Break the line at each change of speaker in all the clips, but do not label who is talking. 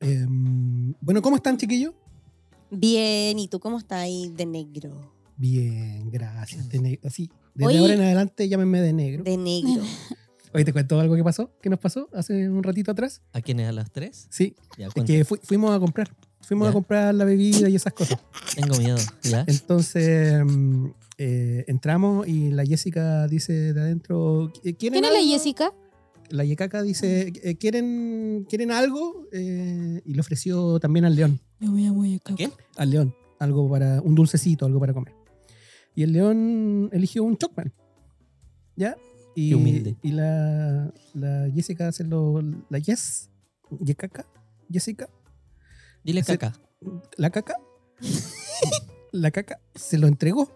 Eh, bueno, ¿cómo están, chiquillos?
Bien, ¿y tú cómo estás ahí de negro?
Bien, gracias. De negro. Sí, desde
Oye.
ahora en adelante llámenme de negro.
De negro.
Oye, ¿te cuento algo que pasó? ¿Qué nos pasó hace un ratito atrás?
¿A quiénes? ¿A las tres?
Sí,
Ya,
es
cuenta.
que fui- fuimos a comprar. Fuimos
Ya.
a comprar la bebida y esas cosas.
Tengo miedo. ¿Ya?
Entonces mm, eh, entramos y la Jessica dice de adentro, "¿Qui- eh, ¿quieren
¿Quién es la
algo?".
Jessica?
La Yecaca dice, "Eh, ¿quieren, ¿quieren algo? Eh, y le ofreció también al león.
Yo me llamo Jessica.
¿Qué?
Al león, algo para, un dulcecito, algo para comer. Y el león eligió un chocman. ¿Ya? Y,
Qué humilde.
Y la, la Jessica se lo, la Yes, Yecaca, Jessica,
Dile
Ese-
caca.
la caca, la caca, se lo entregó.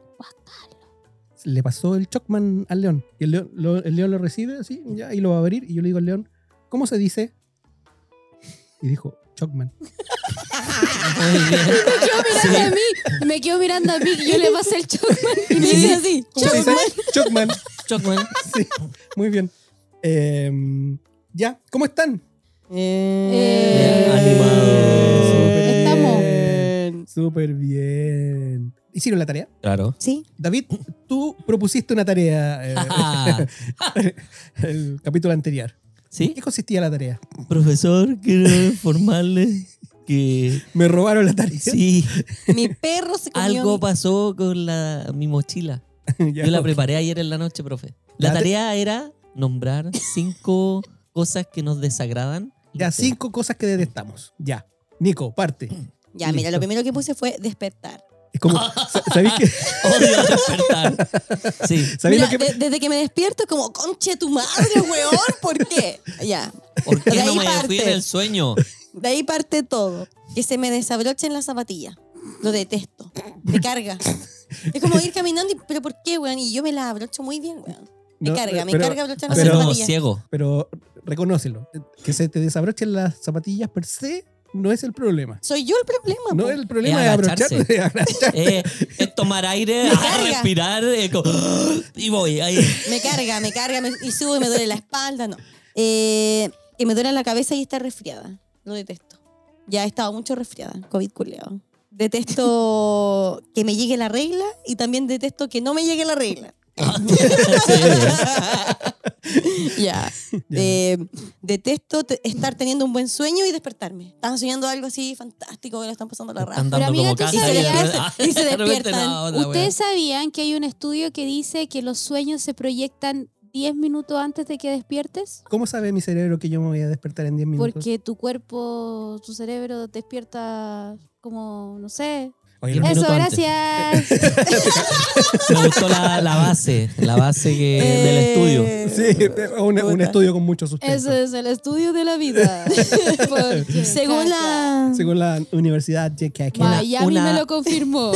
Le pasó el Chocman al león. Y el león lo, el león lo recibe así, ya, y lo va a abrir. Y yo le digo al león, ¿cómo se dice? Y dijo, Chocman.
Muy bien.
Me quedo mirando a mí. Me quedo mirando a mí. y Yo le pasé el chocman. Y me hice así.
¿Cómo se dice? Chocman.
Chocman.
Sí, muy bien. Em, ya, ¿cómo están?
Eh,
Bien,
animado.
Estamos. Súper bien. ¿Hicieron la tarea?
Claro.
Sí,
David, tú propusiste una tarea eh,
Ah,
el capítulo anterior. ¿En
¿Sí?
qué consistía la tarea?
Profesor, quiero informarle que
Me robaron la tarea.
sí,
mi perro se comió.
algo
mi-
pasó con la, mi mochila.
Ya.
Yo la preparé ayer en la noche, profe.
Ya
La
te-
tarea era nombrar cinco cosas que nos desagradan.
Ya, cinco cosas que detestamos. Ya. Nico, parte.
Ya, mira,
Listo.
lo primero que puse fue despertar.
Es como, sa- ¿sabéis que,
Odio despertar. Sí.
sabéis lo
Mira,
que-
de- desde que me despierto es como, conche tu madre, weón, ¿por qué? Ya,
¿Por
De
qué no
ahí
me fui en
parte.
el sueño?
de ahí parte todo. Que se me desabrochen las zapatillas. Lo detesto. Me carga. Es como ir caminando, y, pero ¿por qué, weón? Y yo me las abrocho muy bien, weón. Me
No, eh,
carga, me
pero-
carga abrochar las
Hacer como
zapatillas.
ciego.
Pero reconócelo. Que se te desabrochen las zapatillas per se no es el problema.
Soy yo el problema,
No,
po.
el problema
Es
es abrochar.
agacharse. Eh, es tomar aire, ah,
Me carga.
respirar eh, como- y voy. Ahí.
Me carga, me carga, me- y subo y me duele la espalda, no. Eh, que me duele la cabeza y está resfriada. Lo detesto. Ya he estado mucho resfriada, COVID culeado. Detesto que me llegue la regla y también detesto que no me llegue la regla. ya. Eh, detesto te- estar teniendo un buen sueño y despertarme. Están soñando algo así fantástico, que lo están pasando la raja.
Andando
amiga,
como
tú
caca.
Y se
de
despiertan,
repente- ah,
y se
de repente,
despiertan.
no, la
¿Ustedes sabían que hay un estudio que dice que los sueños se proyectan 10 minutos antes de que despiertes?
¿Cómo sabe mi cerebro que yo me voy a despertar en 10 minutos?
Porque tu cuerpo, tu cerebro despierta como, no sé.
Oye,
Diez
Eh,
lo-
Eso,
minuto antes.
gracias.
wea. Me gustó la, la base, la base que, eh,
Eh,
del estudio.
sí, un, un
Puta.
estudio con mucho sustento.
Eso es el estudio de la vida. Porque
Según la.
Según la Universidad JKK.
Ma-
Miami
una-
me lo confirmó.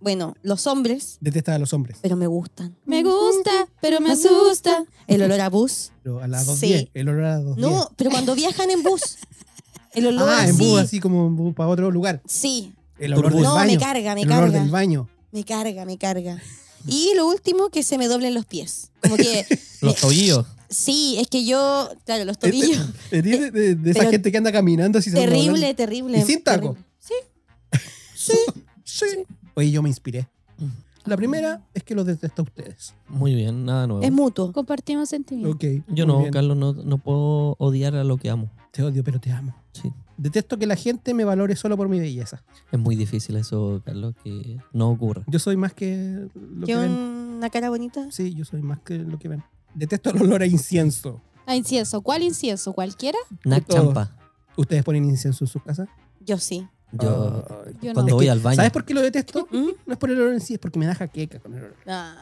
Bueno, los hombres,
Detesta a los hombres.
pero me gustan.
Me gusta, pero me asusta.
El olor a bus.
Pero a las 2.10.
Sí.
El olor a las 2.10.
No, pero cuando viajan en bus. El olor
ah,
así.
en bus, así como en bus para otro lugar.
Sí.
El olor
Turbus.
del
no,
baño.
me carga, me
el olor
carga.
del baño.
Me carga, me carga. Y lo último, que se me doblen los pies. Como que,
Los tobillos.
sí, es que yo, claro,
Este
los tobillos.
Eh, De, de- de- de esa
Pero-
gente que anda caminando así. se anda
terrible,
doblando.
terrible.
¿Y sin taco?
terrible. Sí.
Sí. Oye, yo me inspiré.
Mm.
La primera es que los detesto a ustedes.
Muy bien, nada nuevo.
Es mutuo.
Compartimos sentimientos.
Ok.
Yo
muy
no,
bien.
Carlos, no, no puedo odiar a lo que amo.
Te odio, pero te amo.
Sí.
Detesto que la gente me valore solo por mi belleza.
Es muy difícil eso, Carlos, que no ocurra.
Yo soy más que lo
Que
que ven.
una cara bonita.
Sí, yo soy más que lo que ven. Detesto el olor a incienso.
Ah, incienso. ¿Cuál incienso? ¿Cualquiera?
Nac
Oh.
Todo.
champa.
¿Ustedes ponen incienso en sus casas?
Yo sí. Oh.
Yo,
Ay.
Yo
cuando
no.
voy al baño.
¿Sabes por qué lo detesto?
¿Mm?
No es por el olor en sí, es porque me da jaqueca con el olor.
Ah,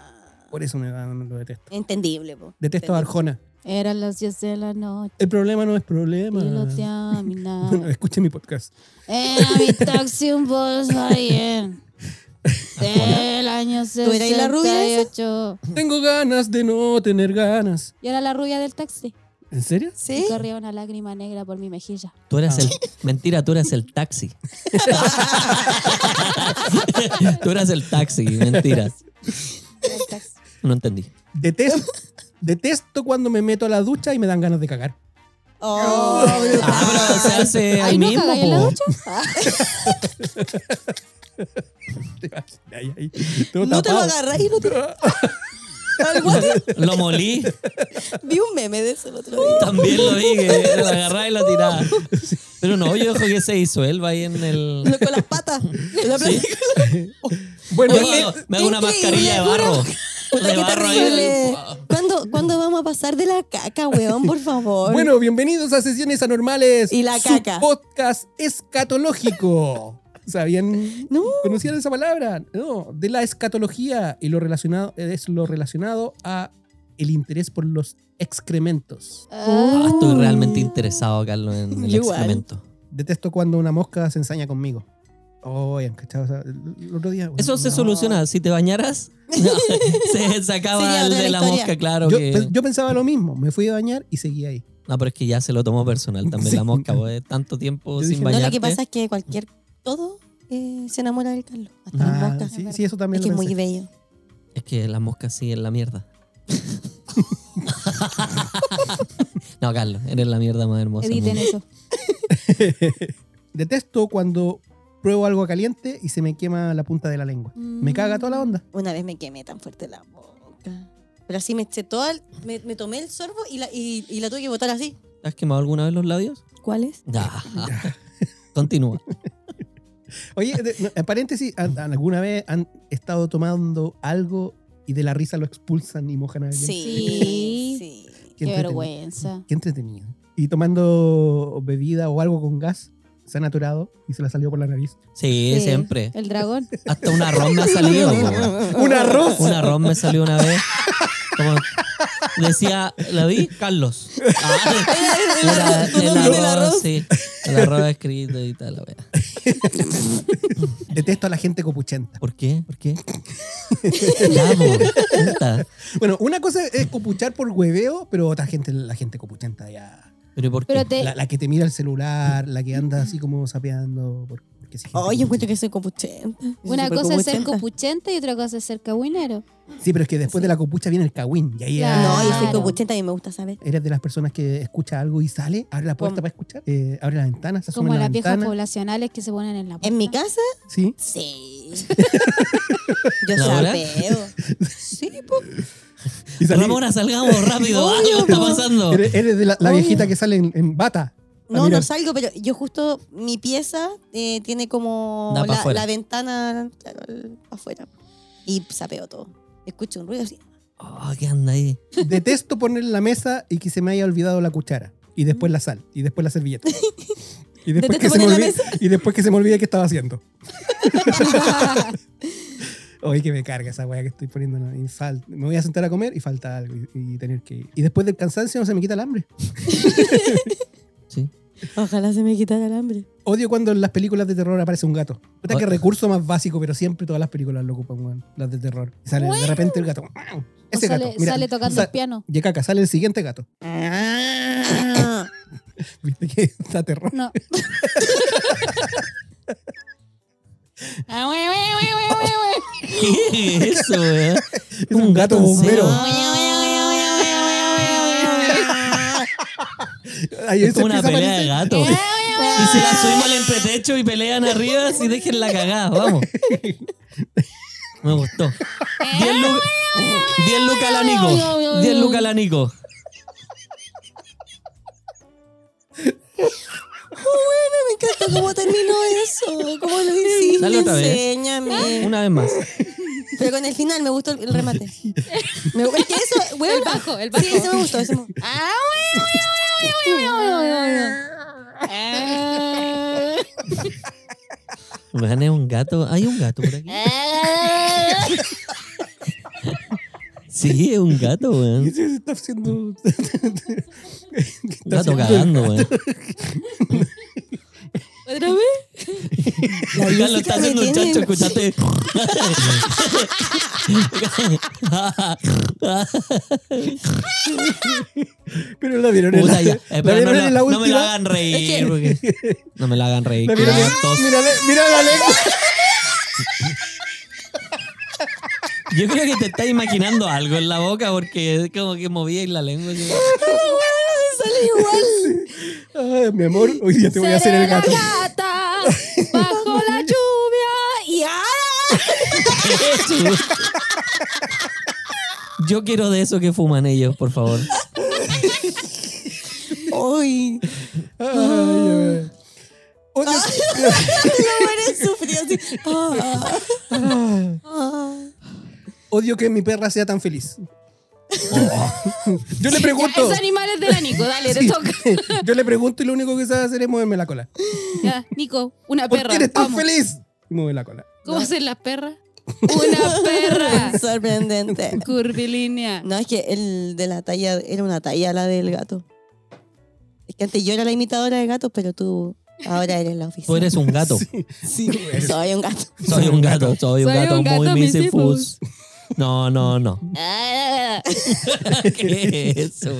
Por eso me da- lo detesto.
entendible. po.
Detesto a Arjona.
Eran las 10 de la noche.
El problema no es
Y
problema.
lo terminaba.
Bueno, escuchen mi podcast.
Era mi taxi un Volkswagen. Del año
¿Tú eras la rubia
68.
Tengo ganas de no tener ganas.
Yo era la rubia del taxi.
¿En serio?
¿Sí?
Y corría una lágrima negra por mi mejilla.
Tú eras
Ah.
el. Mentira, tú eras el taxi. tú eras el taxi, mentira.
Era el taxi.
No entendí.
Detesto, detesto cuando me meto a la ducha y me dan ganas de cagar.
Oh, Ah,
Ah, pero se hace ahí
Ay, no
mismo,
cagáis en la
po.
ducha.
Te imaginas ahí. todo
no te lo
tapado.
agarras y no te. Al guate,
Lo molí.
Vi un meme de eso el otro día.
También lo vi, que lo agarraba y lo tiraba. Pero no, yo dejo que se disuelva ahí en el.
Lo- Con las patas. La plástica.
Bueno,
Yo me hago- me hago una
increíble,
mascarilla de
dura.
barro.
Puta,
De
qué
barro ahí.
terrible. ¿Cuándo, cuándo vamos a pasar de la caca, weón? Por favor.
bueno, bienvenidos a Sesiones Anormales.
Y la
su
caca.
podcast escatológico. ¿Sabían?
No.
¿Conocían esa palabra? No. De la escatología y lo relacionado es lo relacionado a el interés por los excrementos.
Ah,
Oh.
estoy realmente interesado, Carlos, en el
Yo igual.
excremento.
Detesto cuando una mosca se ensaña conmigo. Oh, han cachado. O sea, el el otro día.
Eso se
No.
soluciona. Si te bañaras, se sacaba
Sería
el
otra
de la
historia.
mosca, claro.
Yo,
que...
pe- yo pensaba lo mismo. Me fui a bañar y seguí ahí.
No, pero es que ya se lo tomó personal también
Sí.
la mosca, pues tanto tiempo
Yo
sin
dije,
No,
uh, bañarte.
lo que pasa es que cualquier. Todo eh, se enamora del Carlos. Hasta
Ah,
las moscas.
sí, sí, eso también
Es que es
lo
muy
pensé.
bello.
Es que la mosca sí es la mierda. no, Carlos, eres la mierda más hermosa. del
Editen
mundo.
eso.
Detesto cuando pruebo algo caliente y se me quema la punta de la lengua.
Mm.
Me caga toda la onda.
Una vez me quemé tan fuerte la boca. Pero así me eché toda. el- me, me tomé el sorbo y la, y, y la tuve que botar así.
¿Te has quemado alguna vez los labios?
¿Cuál es?
Ya. Continúa.
Oye, de- no, en paréntesis, ¿an- an- ¿alguna vez han estado tomando algo y de la risa lo expulsan y mojan a alguien?
Sí. sí.
Qué
Qué
entretenido.
vergüenza.
Qué entretenido. Y tomando bebida o algo con gas, se han aturado y se la salió por la nariz.
Sí,
Sí,
siempre.
El dragón.
Hasta un arroz me ha salido. po.
¡Un arroz!
Un arroz me salió una vez. Como decía, la vi, Carlos. Ah, era
Tu nombre del arroz.
sí. El arroz escrito y tal. la wea.
Detesto a la gente copuchenta.
¿Por qué? ¿Por qué? Ya, po, puta.
Bueno, una cosa es copuchar por hueveo, pero otra gente, la gente copuchenta ya.
¿Pero por qué?
Pero te.
La, la que te mira el celular, la que anda así como sapeando. por- Porque sí, gente
Ay, yo
copuchenta.
encuentro que soy copuchenta.
Una
Súper
cosa es ser
copuchenta.
copuchenta y otra cosa es ser cagüinero.
Sí, pero es que después de la copucha viene el cagüín. Y ahí
Claro.
ah,
No, yo soy
Claro.
copuchenta y me gusta saber.
¿Eres de las personas que escucha algo y sale? ¿Abre la puerta
Como-
para escuchar? eh, ¿Abre las ventanas? ¿Se asoma
Como
en la
las viejas
ventana?
poblacionales que se ponen en la puerta.
¿En mi casa?
Sí.
Sí. yo
¿La Ah, hora?
sapeo. Sí, pues.
Y salí.
Ramona, salgamos rápido.
Obvio,
Algo está
po.
pasando.
Eres, eh. eres de la, la
Obvio.
viejita que sale en, en bata. a
No,
mirar.
no salgo, pero yo justo mi pieza eh, tiene como
Da pa'
la,
afuera.
la ventana claro, el- afuera. Y sapeo todo. Escucho un ruido así.
Oh, ¿Qué anda ahí?
Detesto poner en la mesa y que se me haya olvidado la cuchara. Y después la sal. Y después la servilleta. Y después, que se
Detesto
me
poner la
olvide, y después que se me olvide qué estaba haciendo. Oye, que me carga esa weá que estoy poniendo. ¿no? Y fal- me voy a sentar a comer y falta algo. Y, y tener que ir. Y después del cansancio no se me quita el hambre.
Sí.
Ojalá se me quitara el hambre.
Odio cuando en las películas de terror aparece un gato. Puta que
Oh.
recurso más básico, pero siempre todas las películas lo ocupan, weón. Las de terror. Y sale de repente el gato. ¡Mau!
O
Ese
sale,
gato. Mira,
sale tocando
sa-
el piano.
Y caca, sale el siguiente gato.
Ah.
Viste que está terror.
No. Ah,
¿Qué es eso, eh? weón?
Es un gato bombero. Ahí
Es
se
como una
empieza a
pelea de
aparecer.
gatos.
Ah,
Y si la subimos al entretecho y pelean arriba, si dejen la cagada, vamos. Me gustó. 10 lu- 10 lucas a la Nico. 10 lucas a la Nico.
Me encanta cómo terminó eso. ¿Cómo lo hiciste?
Dale otra vez.
Enséñame.
Una vez más.
Pero con el final me gustó el el remate. Me, es que eso, weón.
El bajo, el
Sí, ese me gustó. ese me-
Me gané un gato. Hay un gato por aquí. Sí, es un gato,
Y
weón.
se está haciendo.
Un gato cagando, weón.
¿Otra vez?
La
Ya
Jessica
lo está
me
haciendo
tiene-
un chancho, escuchaste.
Pero la vieron en la,
Puta, ya.
la
Espera,
vieron
no,
en la
no, no me la
última.
hagan reír. porque- No me la hagan reír.
la
que
vieron en-
gatos.
mira, la- mira la lengua.
Yo creo que te estás imaginando algo en la boca porque es como que movías la lengua. así.
Weón, sale igual.
Ah, mi amor, hoy día te voy a hacer
Seré
el gato.
la gata bajo la lluvia y ¡ah!
Yo quiero de eso que fuman ellos, por favor.
Uy.
Ay, ay. Otra-
Lo muere sufrido así. Ah, ah.
Odio que mi perra sea tan feliz. Yo le
Ya,
pregunto.
ese animal es de la Nico, dale, te
Sí.
toca.
Yo le pregunto y lo único que sabe hacer es moverme la cola.
Ya, Nico, una
¿Por
perra.
qué eres tan
vamos.
feliz? Y mueve la cola.
¿Cómo hacen las perras? Una perra.
Sorprendente.
Curvilínea.
No, es que el de la talla, era una talla la del gato. Es que antes yo era la imitadora de gatos, pero tú ahora eres la oficial.
Tú eres un gato.
Sí, eres-
Soy un gato.
Soy un gato, soy un
Soy
gato
un gato,
muy
mis
misifus. No, no, no.
Ah.
¿Qué es eso?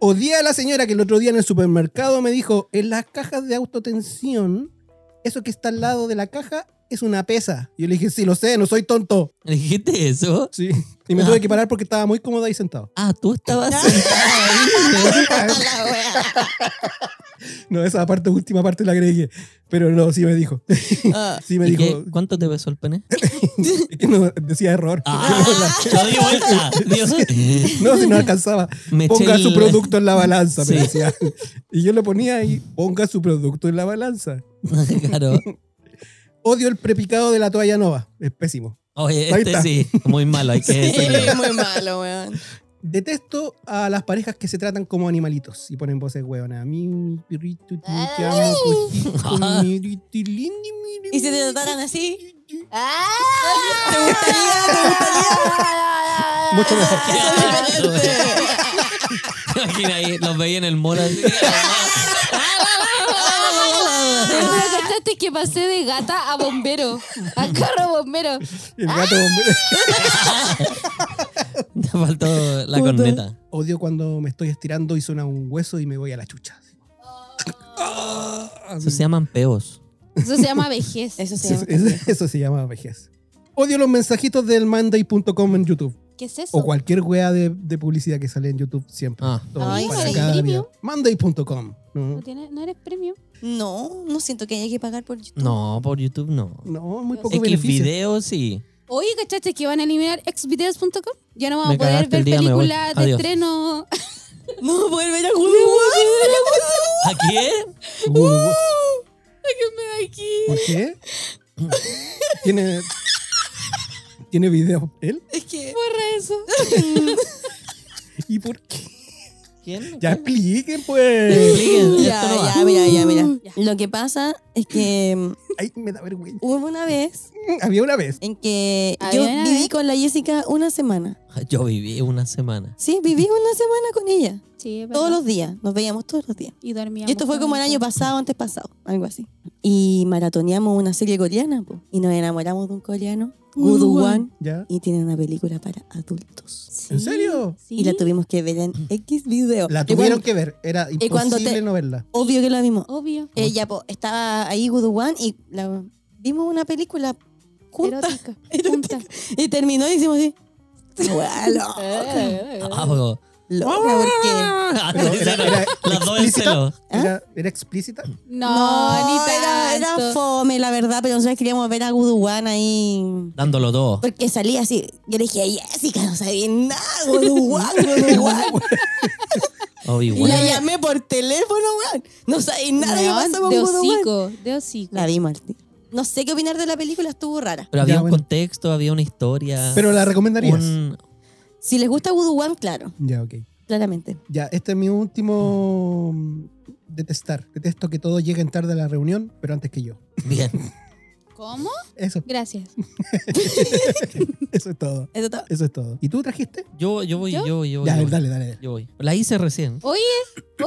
Odié a la señora que el otro día en el supermercado me dijo, en las cajas de autotensión, eso que está al lado de la caja es una pesa. Yo le dije, sí, lo sé, no soy tonto.
¿Le dijiste eso?
Sí. Y me tuve que parar porque estaba muy cómodo ahí sentado.
Ah, tú estabas sentado ahí.
A la wea.
No, esa parte, última parte la agregué. Pero no, sí me dijo.
Ah.
Sí me
¿Y
dijo.
qué? ¿Cuánto te besó el pene?
que no, decía error.
Ah, lo di vuelta. Dios.
No, si no alcanzaba.
Me
ponga
eché
su
el-
producto en la balanza, me
Sí.
decía. Y yo lo ponía ahí, ponga su producto en la balanza.
Claro.
Odio el prepicado de la toalla nova. Es pésimo.
Oye,
Ahí
este
está.
sí, muy malo, hay que decirlo.
Sí, muy malo, weón.
Detesto a las parejas que se tratan como animalitos y ponen voces hueonas. A mí, mi perrito, te amo, cosito, mi perrito lindo, mi
Y si te trataran así,
¡Ah!
te gustaría, te gustaría.
Mucho mejor.
Eso es diferente.
¿Te imaginas ahí? Los veía en el mall así.
Pero me contaste que pasé de gata a bombero. A carro bombero.
El gato bombero.
Te faltó la corneta.
Odio cuando me estoy estirando y suena un hueso y me voy a la chucha. Ah,
Eso se llaman peos.
Eso se llama vejez.
Eso se
Eso,
llama.
eso- eso se llama vejez. Odio los mensajitos del monday.com en YouTube.
¿Qué es
O
eso?
cualquier wea de, de publicidad que sale en YouTube siempre.
Ah.
Todo
Ay,
para
¿no eres
cada día.
premium?
Monday.com.
¿No,
No,
tienes- no eres premium?
No, no siento que haya que pagar por YouTube.
No, por YouTube no.
no, muy poco
Es que
beneficio.
videos sí.
Oye, ¿cachaste que van a eliminar exvideos.com? Ya no vamos
Me
a poder
cagaste el
ver
día, me voy.
películas de
Adiós.
estreno.
No, vuelve a Hollywood.
¿A quién?
Uh,
Sáquenme de aquí.
¿Por qué? ¿Tiene, ¿Tiene video él?
Es que.
Borra eso.
¿Y por qué?
¿Quién?
Ya expliquen, pues.
Expliquen,
Ya,
esto no va.
ya, mira, ya, mira. Lo que pasa es que mm,
Ay, me da vergüenza.
hubo una vez
Había una vez.
en que
Había
yo
una
viví
vez.
con la Jessica una semana.
Yo viví una semana.
Sí, viví una semana con ella.
Sí, es verdad.
Todos los días, nos veíamos todos los días.
Y dormíamos.
Y esto fue
todos
como el año
juntos.
pasado, antes pasado, algo así. Y maratoneamos una serie coreana po, y nos enamoramos de un coreano, Good One,
¿Ya?
y tiene una película para adultos.
Sí,
¿En serio?
sí.
Y la tuvimos que ver en X video.
La
Y
tuvieron
cuando-
que ver. Era
cuando te-
imposible no verla.
Obvio que la vimos.
Obvio.
Ella po, estaba ahí, Good One, y la- vimos una película juntas.
Erótica. Junta.
Y terminó y hicimos así. Weá, loca,
Eh.
Ah, bueno.
loca, porque-
Eh. Pero era- era
Las dos en
explícita.
celo.
¿Era,
¿Ah?
era explícita?
No,
No,
ni
era,
tanto.
era fome, la verdad, pero nosotros queríamos ver a Guduan ahí.
Dándolo todo.
Porque salía así. Yo le dije, Jessica, no sabía nada, Guduan, Guduan. Y la
Obi-Wan.
llamé por teléfono, weón. No sabía nada que
Weón,
pasó con
de
Guduan.
hocico, de hocico.
La vi, Martín. No sé qué opinar de la película, estuvo rara.
Pero había
Ya,
un
bueno.
contexto, había una historia.
¿Pero la recomendarías?
un-
Si les gusta Guduan, claro,
Ya, ok.
claramente.
Ya, este es mi último mm, detestar. Detesto que todos lleguen tarde a la reunión, pero antes que yo.
Bien.
¿Cómo?
Eso,
Gracias.
eso es todo.
Eso está-
Eso es todo. ¿Y tú trajiste?
Yo, yo voy, yo,
¿Yo?
yo, yo,
ya,
voy.
dale, dale.
Yo voy. La hice recién.
Oye,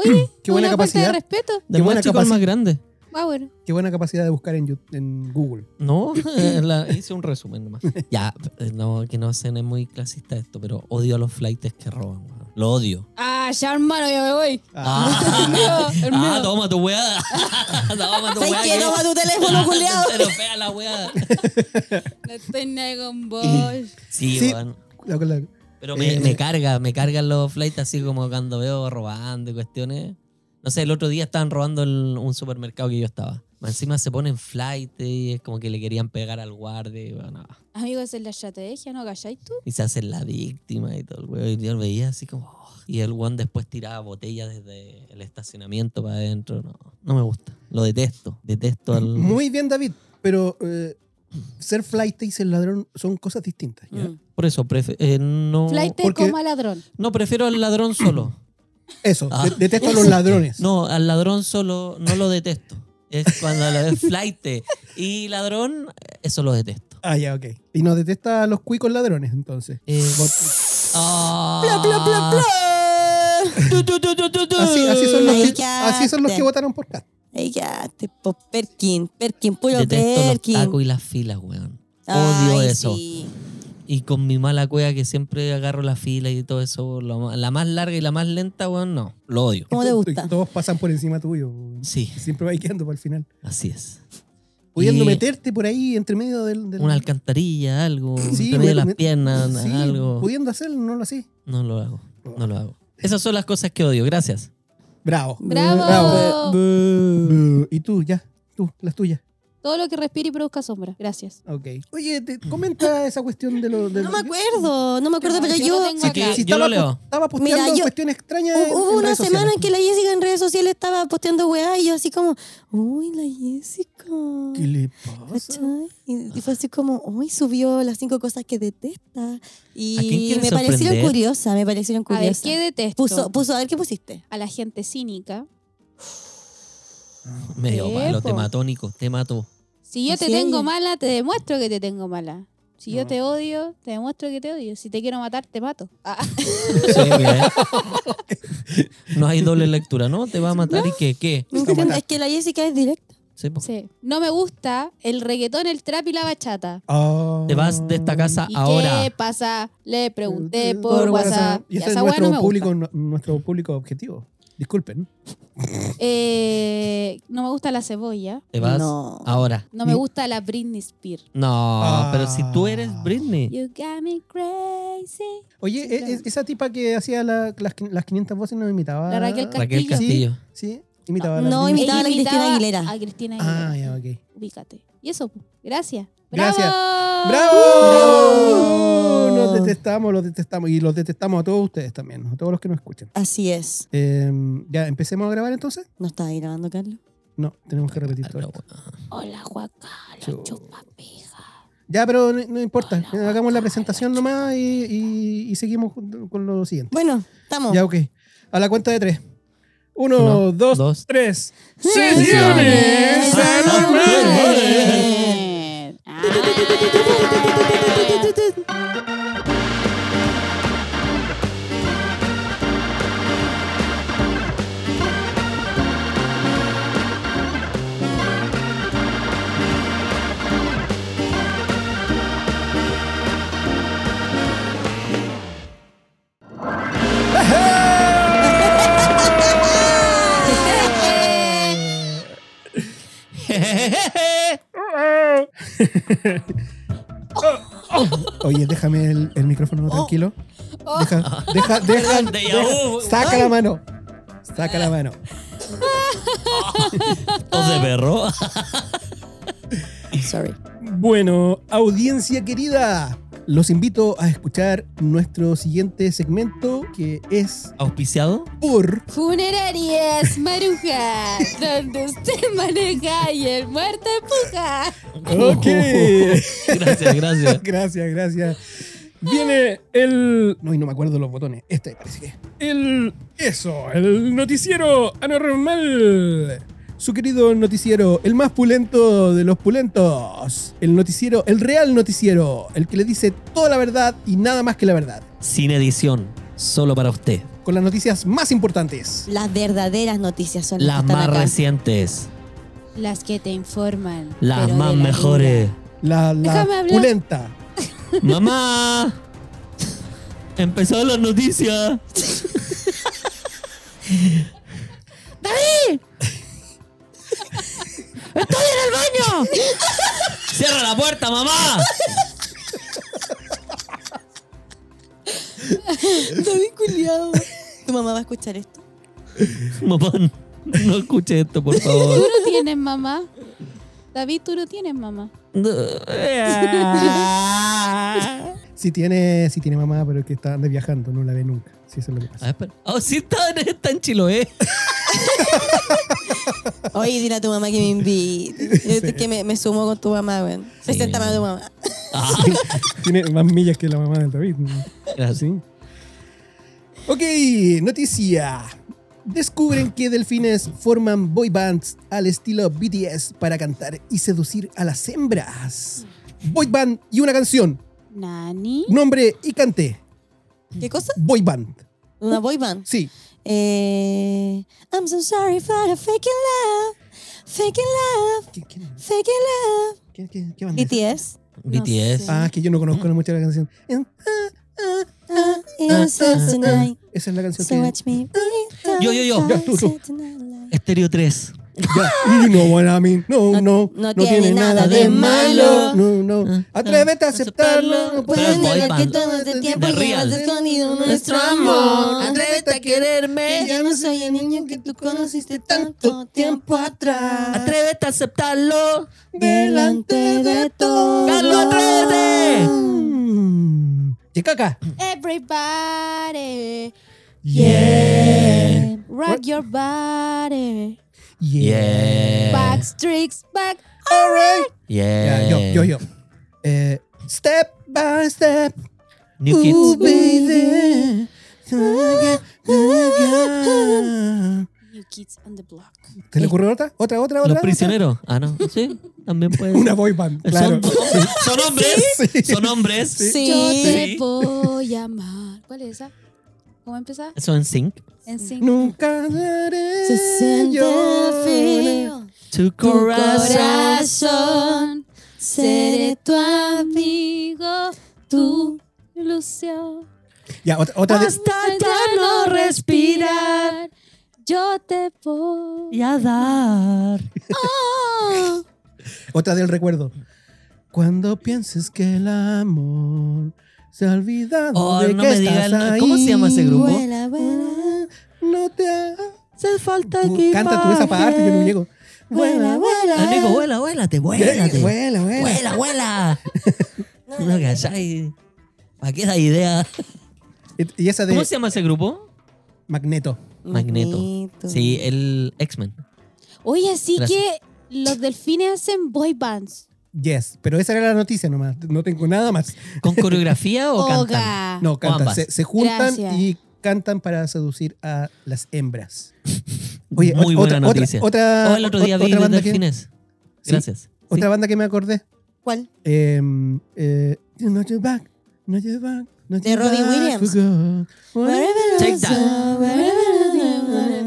oye.
Qué buena
una falta
capacidad.
de respeto.
Qué
De
buena
más chico al
capaci-
más grande.
Ah, bueno.
Qué buena capacidad de buscar en, Yu- en Google.
No, eh, la- hice un resumen nomás. Ya, eh, no, que no suene muy clasista esto, pero odio a los flightes que roban, weón. Lo odio.
Ah, ya hermano, ya me voy.
Ah,
El mío, el
Ah,
mío.
toma tu weá. toma tu
¿Sabes
weá.
qué?
que-
Toma tu teléfono, culiao.
Se lo pega la weá.
No estoy ni ahí con vos.
Sí,
Sí.
weón.
La- la-
Pero me,
Eh.
me carga, me cargan los flights así como cuando veo robando y cuestiones. No sé, el otro día estaban robando en un supermercado que yo estaba. Más Encima se ponen flight y es como que le querían pegar al guardia y, bueno,
Amigo, esa es la estrategia, ¿no? ¿Cachai tú?
y se hacen la víctima y todo el weón. Y yo lo veía así como. oh, y el one después tiraba botellas desde el estacionamiento para adentro. No, no me gusta. Lo detesto. Detesto al.
Muy bien, David, pero eh, ser flight y ser ladrón son cosas distintas. ¿ya?
Mm.
Por eso, prefe- eh, no.
Flight
Porque-
como a ladrón.
No, prefiero al ladrón solo.
Eso,
Ah.
de- detesto a los ladrones.
No, al ladrón solo no lo detesto. Es cuando lo es flight y ladrón, eso lo detesto.
Ah, ya, ok. Y no detesta a los cuicos ladrones, entonces.
Eh, ah. Tu, tu, tu, tu, tu, tu.
Así, así son los que,
Ay,
así son los que
ya.
votaron por Cat.
Ay, ya, tipo Perkin, Perkin, puro
Detesto los
Perkin.
tacos y las filas, weón.
Ay,
Odio eso.
sí.
Y con mi mala cueva que siempre agarro la fila y todo eso, lo ma- la más larga y la más lenta, weón, no. Lo odio.
¿Cómo te
Entonces,
gusta?
Todos pasan por encima tuyo.
Sí,
Siempre va quedando para el final.
así es.
Pudiendo
Y
meterte por ahí entre medio del. del-
Una alcantarilla, algo,
Sí,
entre medio de
me-
las
me-
piernas,
Sí,
algo.
Pudiendo hacerlo, no lo así.
No lo hago, no lo hago. Esas son las cosas que odio, gracias.
Bravo.
Bravo.
Bravo. Bu- Y tú, ya. Tú, las tuyas.
Todo lo que respire y produzca sombra. Gracias.
Ok. Oye, te- comenta esa cuestión de los.
No me acuerdo, no me acuerdo, pero
Yo
yo.
lo tengo
Si que-
acá.
Si
Yo lo
estaba,
leo.
pos- estaba posteando
Mira, yo-
cuestiones extrañas. en-
Hubo hubo
en
una
redes sociales.
semana en que la Jessica en redes sociales estaba posteando weá y yo así como, uy, la Jessica.
¿Qué le pasa?
¿Cachai? Y, y fue así como, uy, subió las cinco cosas que detesta.
¿A quién
Y
quieres
me parecieron
sorprender?
curiosas, me parecieron
A ver,
curiosas.
¿qué detesto?
puso, puso, a ver, ¿qué pusiste?
A la gente cínica.
Medio
Eh,
malo, te
po.
mató, Nico, te mató.
Si yo te
Así es.
tengo mala, te demuestro que te tengo mala. Si yo
No.
te odio, te demuestro que te odio. Si te quiero matar, te mato. Ah,
Sí, mira, eh. No hay doble lectura, ¿no? Te va a matar y qué, qué.
Me
Está
encanta,
buena.
Es que la Jessica es directa.
Sí, pues. po.
sí. No me gusta el reggaetón, el trap y la bachata.
Ah.
Te vas de esta casa
¿Y
ahora.
qué pasa? Le pregunté
Eh,
por WhatsApp.
Y
Y
ese
esa
es
weá no
nuestro
me
público,
gusta.
no- nuestro público objetivo. Disculpen.
Eh, no me gusta la cebolla.
Te vas
No.
ahora.
No me
Ni-
gusta la Britney Spears.
No,
Ah.
pero si tú eres Britney.
You got me crazy.
Oye,
Sí,
e-
claro.
e- esa tipa que hacía la- las, las 500 voces no imitaba.
La Raquel
Raquel
Sí,
Castillo.
sí, imitaba a la
No,
Britney.
Imitaba a la
Ella
Cristina
imitaba
Aguilera.
A Cristina Aguilera.
Ah, ya, ok.
Ubícate. Y eso, po. gracias.
Gracias.
¡Bravo!
¡Bravo! Los detestamos, los detestamos. Y los detestamos a todos ustedes también, a todos los que nos escuchan.
Así es.
Eh, ya, ¿empecemos a grabar entonces?
¿No está ahí grabando, Carlos?
No, tenemos que repetir todo
Claro,
esto.
Hola, guacala,
Chu-
chupapija.
Ya, pero no, no importa. Hagamos la presentación nomás y, y- y seguimos con con lo siguiente.
Bueno, estamos.
Ya, ok. A la cuenta de tres. Uno,
Uno,
dos,
dos.
tres.
Sesiones
anormales. Oye, déjame el, el micrófono tranquilo. Deja, deja, deja,
Déjà vu.
deja. Saca la mano. Saca la mano.
Tos de perro.
Sorry.
Bueno, audiencia querida, los invito a escuchar nuestro siguiente segmento que es
¿Auspiciado?
por
Funerarias, maruja, donde usted maneja y el muerto empuja.
Ok.
Gracias, gracias.
gracias, gracias. Viene el. No, y no me acuerdo los botones. Este parece que es. El. Eso, el noticiero anormal. Su querido noticiero, el más pulento de los pulentos. El noticiero, el real noticiero. El que le dice toda la verdad y nada más que la verdad.
Sin edición, solo para usted.
Con las noticias más importantes.
Las verdaderas noticias son las,
Las
que
más
están acá.
recientes,
Las que te informan.
las
pero
más
de la
mejores.
vida.
La, la
Déjame hablar.
pulenta.
¡Mamá! Empezó la noticia. ¡David! ¡Estoy en el baño! ¡Cierra la puerta, mamá!
David culiado. ¿Tu mamá va a escuchar esto?
Mamá, no escuche esto, por
Tú
favor.
no tienes mamá. David, tú no tienes mamá.
ah,
Si tiene, si tiene mamá, pero que está anda viajando, no la ve nunca. Sí, eso es lo que
Ah.
pasa.
espera. Oh, sí, está, está en Chiloé.
Oye, dile a tu mamá que me invite. Yo Que me, me sumo con tu mamá, weón. Preséntame a tu mamá.
Ah,
Tiene más millas que la mamá del David. ¿no?
gracias.
Sí. Ok, noticia. Descubren que delfines forman boy bands al estilo BTS para cantar y seducir a las hembras. Boy band y una canción.
Nani.
Nombre y cante.
¿Qué cosa?
Boy band.
Una boy band.
Sí.
Eh, I'm so sorry for the faking love. Faking love.
¿Qué, qué,
Faking love.
qué- qué- qué banda es?
BTS.
BTS.
sé.
Ah, es que yo no conozco mucho la canción.
Ah, innocence tonight.
Esa es la canción
So
que...
watch me be
Yo, yo, yo.
Ya, tú, tú.
tonight.
Estéreo 3.
Ya, you know what I mean. No, no,
No-
no,
no tiene nada de malo.
No, no.
Ah,
Atrévete a
aceptarlo.
aceptarlo. No
Pues
puedes
Pero es boy
negar
band.
que todo este tiempo
De
llevas
real.
escondido
Nuestro amor. Atrévete a
quererme.
Que ya no soy el niño que tú conociste tanto tiempo atrás.
Atrévete a aceptarlo.
Delante de todo.
¡Carlos, atrévete!
Mm. Chicaca.
Everybody.
Yeah.
Rock your body.
Yeah.
Back streaks, back.
Ya,
Yeah.
yo, yo, yo. Eh, step by step.
New
Ooh,
Kids.
baby. Gaga, gaga.
New kids on the block.
¿Te le ocurre otra? ¿Otra, otra, otra?
Los prisioneros. Ah, no. Sí, también puede ser.
Una boy band, claro.
Son, son hombres.
Sí.
Son hombres.
Sí.
Yo te
Sí.
voy a amar. ¿Cuál es esa? ¿Cómo empezaba?
Eso en sync.
En cinco.
Nunca daré
Se siente
llorar.
feo.
Tu
corazón.
corazón.
corazón. Seré tu amigo, tu ilusión.
Ya, otra, otra de-
Hasta
ya no respirar. Yo te voy.
y a dar.
Oh,
Otra del recuerdo. Cuando pienses que el amor se ha olvidado
Oh,
de
no
que
me diga
estás
el- ¿cómo se llama ese
ahí.
grupo?
Vuela, vuela.
No te ha...
Se falta
Uh, Canta tú esa parte, yo no llego.
Vuela, vuela.
Ah, Amigo, vuela, vuélate,
Eh,
vuélate.
Vuela, vuela.
Vuela, vuela. No cachai. ¿Para qué la idea?
Y esa
¿Cómo
de
se llama ese grupo?
Magneto.
Magneto. Sí, el X-Men.
Oye, así
Gracias.
que los delfines hacen boy bands.
Yes, pero esa era la noticia nomás. No tengo nada más.
¿Con coreografía o cantan?
Oga.
No, cantan.
ambas.
Se, se juntan
Gracias.
y cantan para seducir a las hembras.
Muy
ot-
buena
otra,
noticia.
Otra,
Oh, el otro día
ot-
vi
otra
los
banda que-
delfines.
Sí.
Gracias.
Otra banda que me acordé.
¿Cuál?
Eh, eh, not your back, not your back, not
De
your
Robbie
back
Williams.
will go.
Take that.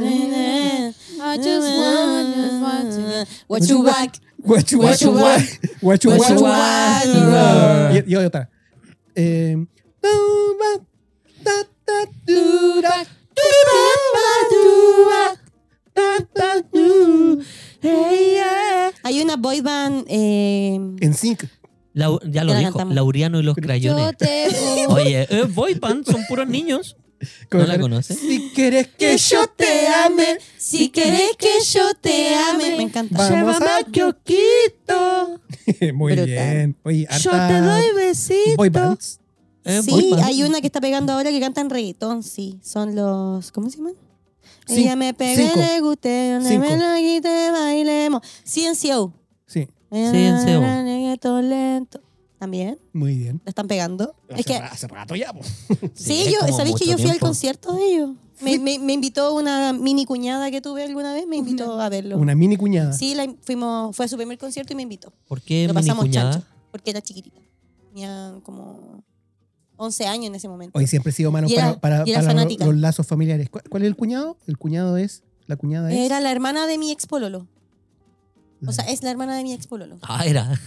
I just want, just want to get-
What you want.
What you
What you
want, what you
What you
want.
want.
Y, y otra. Eh, do ba, da, da, do da, do ba, do ba, da, da, do. Hey, yeah.
Hay una boy band. eh,
En sync.
Lau- ya lo
Ya la
dijo,
cantamos.
Lauriano y los
Yo
crayones.
te voy.
Oye, eh, boy band son puros niños.
Con-
la conoces?
Si quieres que yo te ame,
si querés que yo te ame. Me encanta.
Vamos a-
Kioquito.
Muy
Brutal.
bien. Oye, harta Boy bands.
Eh, boy
sí,
band.
hay una que está pegando ahora que cantan reggaetón, sí. Son los. ¿Cómo se llaman?
Cin-
Ella me pega
cinco.
le guste, donde
Cinco.
me la quite, bailemos. CNCO.
Sí,
CNCO.
Reggaetón lento. También,
muy bien.
la están pegando.
Hace
es que.
ra- hace rato ya, pues. po.
Sí,
es
yo,
como
¿sabéis que yo
mucho
fui al
tiempo.
concierto de ellos? Me, me- me invitó una mini cuñada que tuve alguna vez, me invitó a verlo.
Una mini cuñada.
Sí, la, fuimos, fue a su primer concierto y me invitó.
¿Por qué
Lo
mini
pasamos chancho,
cuñada?
porque era chiquitita. Tenía como 11 años en ese momento.
Hoy siempre he sido malo
Y era-
para, para-
y era
para lo- los,
fanática.
lazos familiares. ¿Cuál, cuál es el cuñado? El cuñado es. La cuñada es.
Era la hermana de mi ex pololo.
la-
O sea, es la hermana de mi ex pololo.
Ah, era.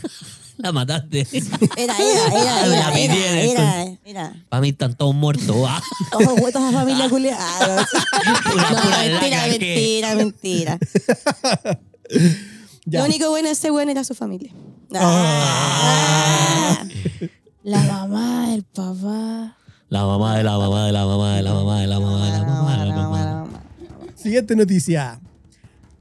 La mataste.
Era, era, era,
La
era,
metí en
era,
el
era, era.
Para mí están todos muertos. Ah,
Todos toda la familia culiada.
pura,
No,
pura
mentira,
laca, ¿qué?
mentira, mentira.
Ya.
Lo único bueno de ese weón era su familia.
Ah.
Ah.
La mamá, el papá.
La mamá de la mamá de la mamá de la mamá de la mamá de la mamá de la mamá.
Siguiente noticia.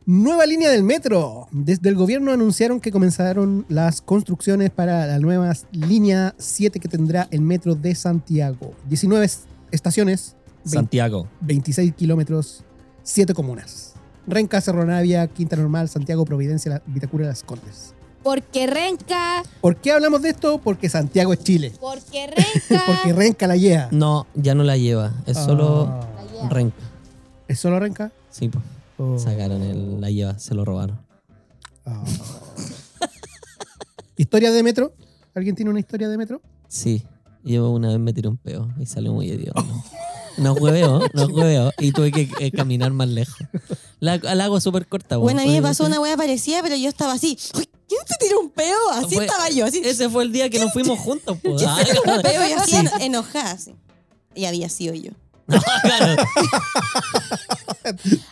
Nueva línea del metro. Desde el gobierno anunciaron que comenzaron las construcciones para la nueva línea 7 que tendrá el metro de Santiago. 19 estaciones, 20
Santiago.
26 kilómetros, 7 comunas. Renca, Cerro Navia, Quinta Normal, Santiago, Providencia, La- Vitacura, Las Condes.
Porque renca,
¿Por qué hablamos de esto? Porque Santiago es Chile.
porque renca.
Porque Renca la lleva.
No, ya no la lleva. Es solo
Ah.
Renca.
¿Es solo Renca?
Sí, po.
Oh.
sacaron el- la lleva, se lo robaron.
Ah. ¿Historia de metro? ¿Alguien tiene una historia de metro?
Sí. Yo una vez me tiré un peo y salió muy hediondo. No hueveo, no hueveo. Y tuve que eh, caminar más lejos. La, la hago súper corta. po.
Bueno, a mí me
Porque-
pasó una hueá parecida, pero yo estaba así. "Uy, ¿Quién se tiró un peo? Así
Fue-
estaba yo, así.
Ese fue el día que nos fuimos juntos. po.
Yo
Ah,
se tiró un
claro.
peo y así eno- enojada. así. Y había sido yo.
Ah, Claro.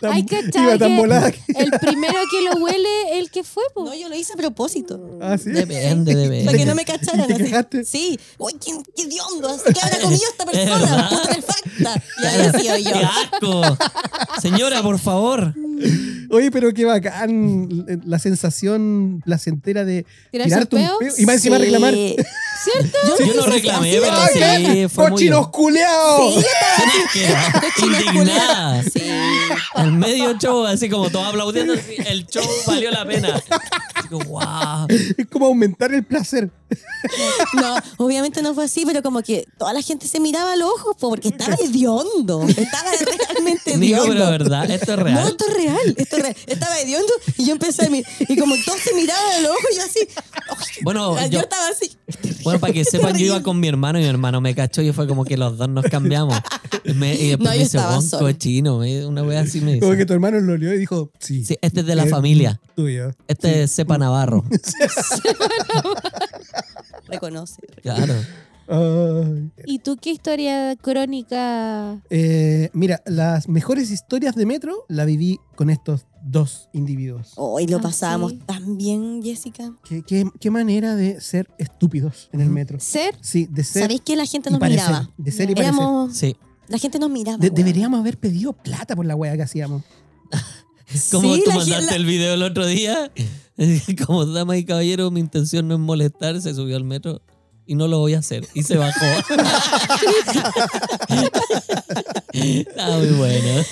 Tan-
Ay, cachai,
Iba tan
que-
volada que...
El primero que lo huele, el que fue, po.
No, yo lo hice a propósito.
Ah, sí.
Depende, depende.
Para que no me cacharan.
¿Te
así.
quejaste?
Sí. Uy, ¿quién, qué diondo. ¿Qué habrá comido esta persona? Puta perfecta. Y había sido
¡Qué
yo.
asco! Señora, por favor.
Oye, pero qué bacán la sensación placentera de
¿Tirarse
tirarte
un
un
peo?
peo y más encima
Sí.
reclamar.
¿Cierto?
Yo no
hice
reclamé,
así,
pero
¿no?
sí,
¡Ay,
fue muy-
¡Cochinos culeados!
Sí, yo estaba
Qué asqueroso. Indignada.
Sí.
El medio show, así como todos aplaudiendo, así, el show valió la pena. Digo, wow.
Es como aumentar el placer.
No, obviamente no fue así, pero como que toda la gente se miraba a los ojos po, porque estaba hediondo. Estaba realmente
Nico,
hediondo.
pero verdad, esto es
No,
real.
esto es real, esto es real. Estaba hediondo y yo empecé a mirar. Y como todos se miraban a los ojos y yo así.
Bueno,
yo,
Oh, yo-
estaba así.
Bueno, para que sepan, yo iba con mi hermano y mi hermano me cachó y fue como que los dos nos cambiamos. Y, me, y después
No, yo
me dice,
estaba
"Bon,
sola".
cochino, me- una wea así me
Como que
dice.
tu hermano lo olió y dijo, sí,
Sí, este es de la
Eh,
familia.
tuyo.
Este es Cepa Navarro.
Reconoce.
Claro.
Ay.
¿Y tú qué historia crónica?
Eh, mira, las mejores historias de Metro la viví con estos dos individuos.
Hoy lo
Ah,
pasábamos
sí.
tan bien, Jessica.
¿Qué, qué- qué manera de ser estúpidos en el Metro.
¿Ser?
Sí, de ser
¿Sabéis que la gente
y
nos
parecer.
miraba?
De ser y parecer.
Éramos,
Sí.
la gente nos miraba.
De-
weón.
deberíamos haber pedido plata por la weá que hacíamos.
Como
Sí,
tú
la
mandaste
gente-
el video el otro día, como dama y caballero, mi intención no es molestar, se subió al metro y no lo voy a hacer. Y se bajó. Está muy bueno.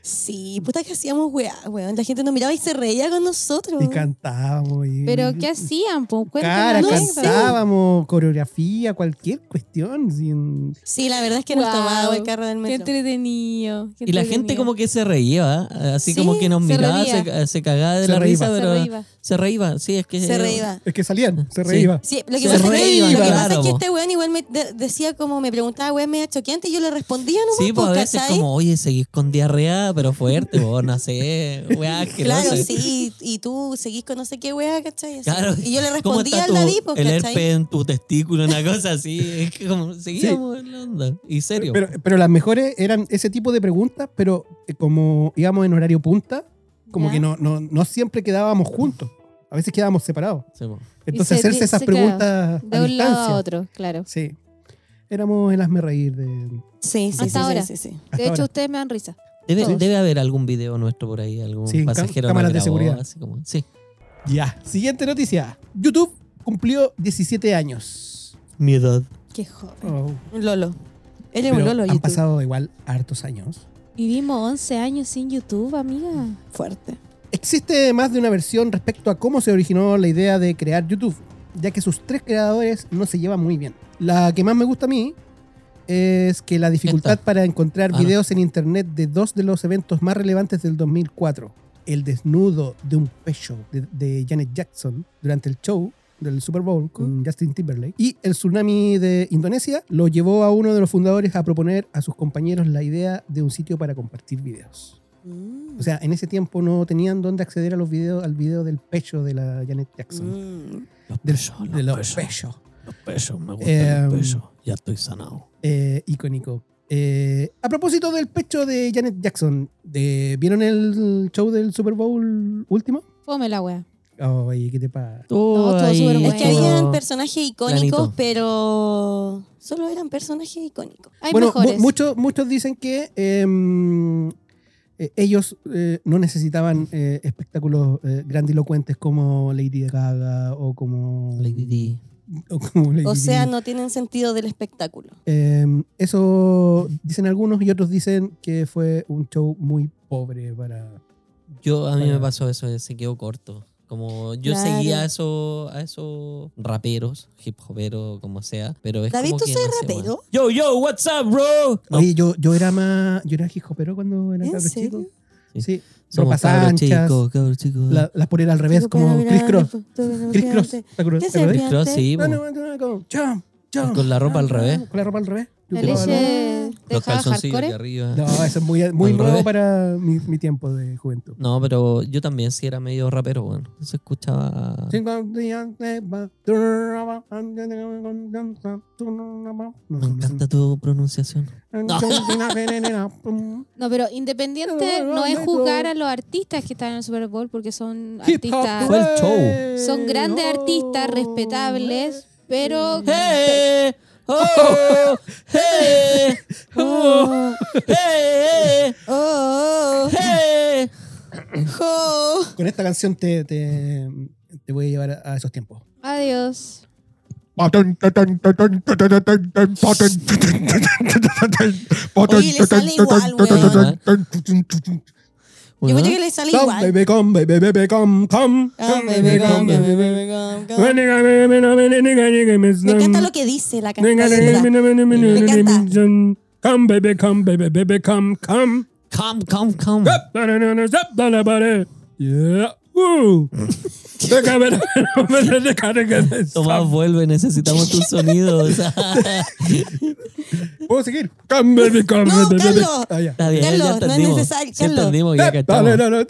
Sí, puta que hacíamos weá, weón. La gente nos miraba y se reía con nosotros.
Y cantábamos. Y,
¿Pero qué hacían, po?
Cara,
Cuéntame.
no sé.
cantábamos, coreografía, cualquier cuestión. Sin...
Sí, la verdad es que nos
Guau.
tomaba el carro del
Qué
metro.
entretenido. qué
Y la gente
entretenido.
como que se reía, ¿eh? así
Sí,
como que nos
se
miraba,
reía.
se, se cagaba de
Se
la
reíba.
risa,
Se
pero
reíba.
se reíba, sí, es que
Se reía.
Es que salían, se
Sí.
reíba.
Sí, lo que,
Se
pasa, es que,
reíba,
lo que pasa
claro,
es que
po.
este weón igual me de- decía como, me preguntaba weón media choqueante y yo le respondía, ¿no?
Sí, pues a veces como, oye, seguís con diarrea, pero fuerte, vos no sé, weá, que
Claro, sí, y y tú seguís con no sé qué weá, ¿cachai? Así.
Claro.
Y yo le
¿Cómo está
respondía al
tu-
David, pues,
El
¿cachai?
herpes en tu testículo, una cosa así. Es que como seguíamos en la onda. Y serio.
Pero, pero las mejores eran ese tipo de preguntas, pero eh, como íbamos en horario punta, como
Ya.
que no, no, no siempre quedábamos juntos. A veces quedábamos separados.
Sí, po.
Entonces
se-
hacerse esas
se
preguntas
De
a
un lado a
distancia.
otro, claro.
Sí. Éramos el hazme reír de...
Sí, sí, sí,
Hasta
sí,
ahora.
sí, sí.
hasta
De hecho,
ahora.
ustedes me dan risa.
Debe,
Todos.
debe haber algún video nuestro por ahí, algún
Sí, en cam-
pasajero nos
cámaras de
grabó,
seguridad.
así como- sí.
Ya. Siguiente noticia. YouTube cumplió 17 años.
Mi edad.
Qué joven.
Oh.
Un lolo. Él es un
Pero
lolo.
han
YouTube.
pasado igual hartos años.
Vivimos 11 años sin YouTube, amiga.
Fuerte.
Existe más de una versión respecto a cómo se originó la idea de crear YouTube, ya que sus tres creadores no se llevan muy bien. La que más me gusta a mí es que la dificultad
Esta.
para encontrar
Ah, no.
videos en internet de dos de los eventos más relevantes del 2004, el desnudo de un pecho de, de Janet Jackson durante el show del Super Bowl
Mm.
con Justin Timberlake y el tsunami de Indonesia lo llevó a uno de los fundadores a proponer a sus compañeros la idea de un sitio para compartir videos.
Mm.
O sea, en ese tiempo no tenían dónde acceder a los videos, al video del pecho de la Janet Jackson.
Mm.
Los
Del,
pesos, los
de los
pesos,
pechos.
los pesos, me gustan
Em,
los pesos. Ya estoy sanado.
Eh, icónico. Eh, a propósito del pecho de eh, Janet Jackson, de- ¿vieron el show del Super Bowl último?
Fome la wea.
Oye, ¿qué te pasa?
Oh,
estuvo
ahí.
súper
Es que
Bueno.
habían personajes icónicos,
Planito.
pero solo eran personajes icónicos.
Hay
bueno, mu-
mejores.
muchos, muchos dicen que em, eh, ellos eh, no necesitaban eh, espectáculos eh, grandilocuentes como Lady Gaga o como
Lady Di.
O, como Lady
O sea,
Di.
no tienen sentido del espectáculo.
Em, eso dicen algunos y otros dicen que fue un show muy pobre para...
Yo, a mí me
Bueno.
pasó eso, se quedó corto. Como yo
Claro.
seguía a esos, a esos raperos, hip hoperos, como sea. Pero es
David,
como
¿tú
que
soy
no sé,
rapero?
weón. Yo, yo, what's up, bro? No,
Oye, yo, yo era más... Yo era hijopero cuando era
¿En
cabro
serio?
chico. Sí,
somos
ropas
cabros
anchas,
chicos, cabros chicos.
la- las poleras al revés, como Chris Cross. Chris Cross, ¿te acuerdas?
¿Qué
¿Te acordás?
sería?
Chris Cross, sí,
No,
po.
no, no, no, como, chum, chum,
Con la ropa al
chum,
revés.
chum, Con la ropa al revés. Yo
La
ocupaba
leche
la-
de
Los
Java
calzoncillos de
hardcore.
arriba.
No, eso es muy, muy
Al
nuevo
revés.
para mi, mi tiempo de juventud.
No, pero yo también sí era medio rapero, weón. Entonces escuchaba.
Cinco días de pa-
Me encanta tu pronunciación.
Mm.
No, pero independiente no es juzgar a los artistas que están en el Super Bowl porque son artistas,
Fue el show.
son grandes artistas, respetables, pero
¡Eh! ¡Oh! ¡Eh! ¡Oh! ¡Eh!
Oh,
¡Eh!
oh.
Con esta canción te, te, te voy a llevar a- a esos tiempos.
adiós.
Oye, le sale igual, weón. Yo creo que le sale
Come,
igual.
baby, come, baby, baby, come, come.
Ah,
Come,
baby,
baby,
gum,
come,
baby,
baby,
baby,
baby.
gum, gum.
Me
Me encanta lo que dice la
Me
canción.
encanta. Come, baby, come, baby, baby, come, come.
Come, come, come.
Yeah. Uh.
Tomás, vuelve, necesitamos tu sonido. o sea,
¿Puedo seguir? Come, baby, come,
No,
baby, baby.
Carlos.
Ah, ya.
está bien,
Carlos, no
ya
es
entendimos.
necesario,
Ya
Carlos.
entendimos ya que
Dale,
estamos.
dale, dale,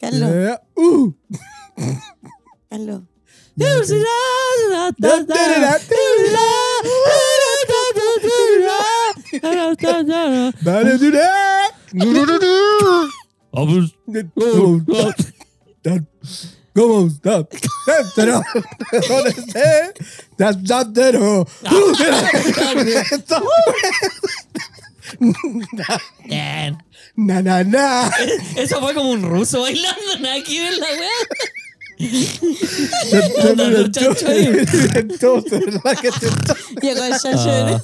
dale.
Carlos.
Yeah. Uh.
Carlos.
Dale, dale.
Vamos.
Go, go, that- go, stop. That- that- that- that- that- that- oh. Stop.
Bien.
Na, na, na.
Eso fue como un ruso bailando, nada que ver la weá.
Entonces, ¿verdad que te está?
Llegó el chancho.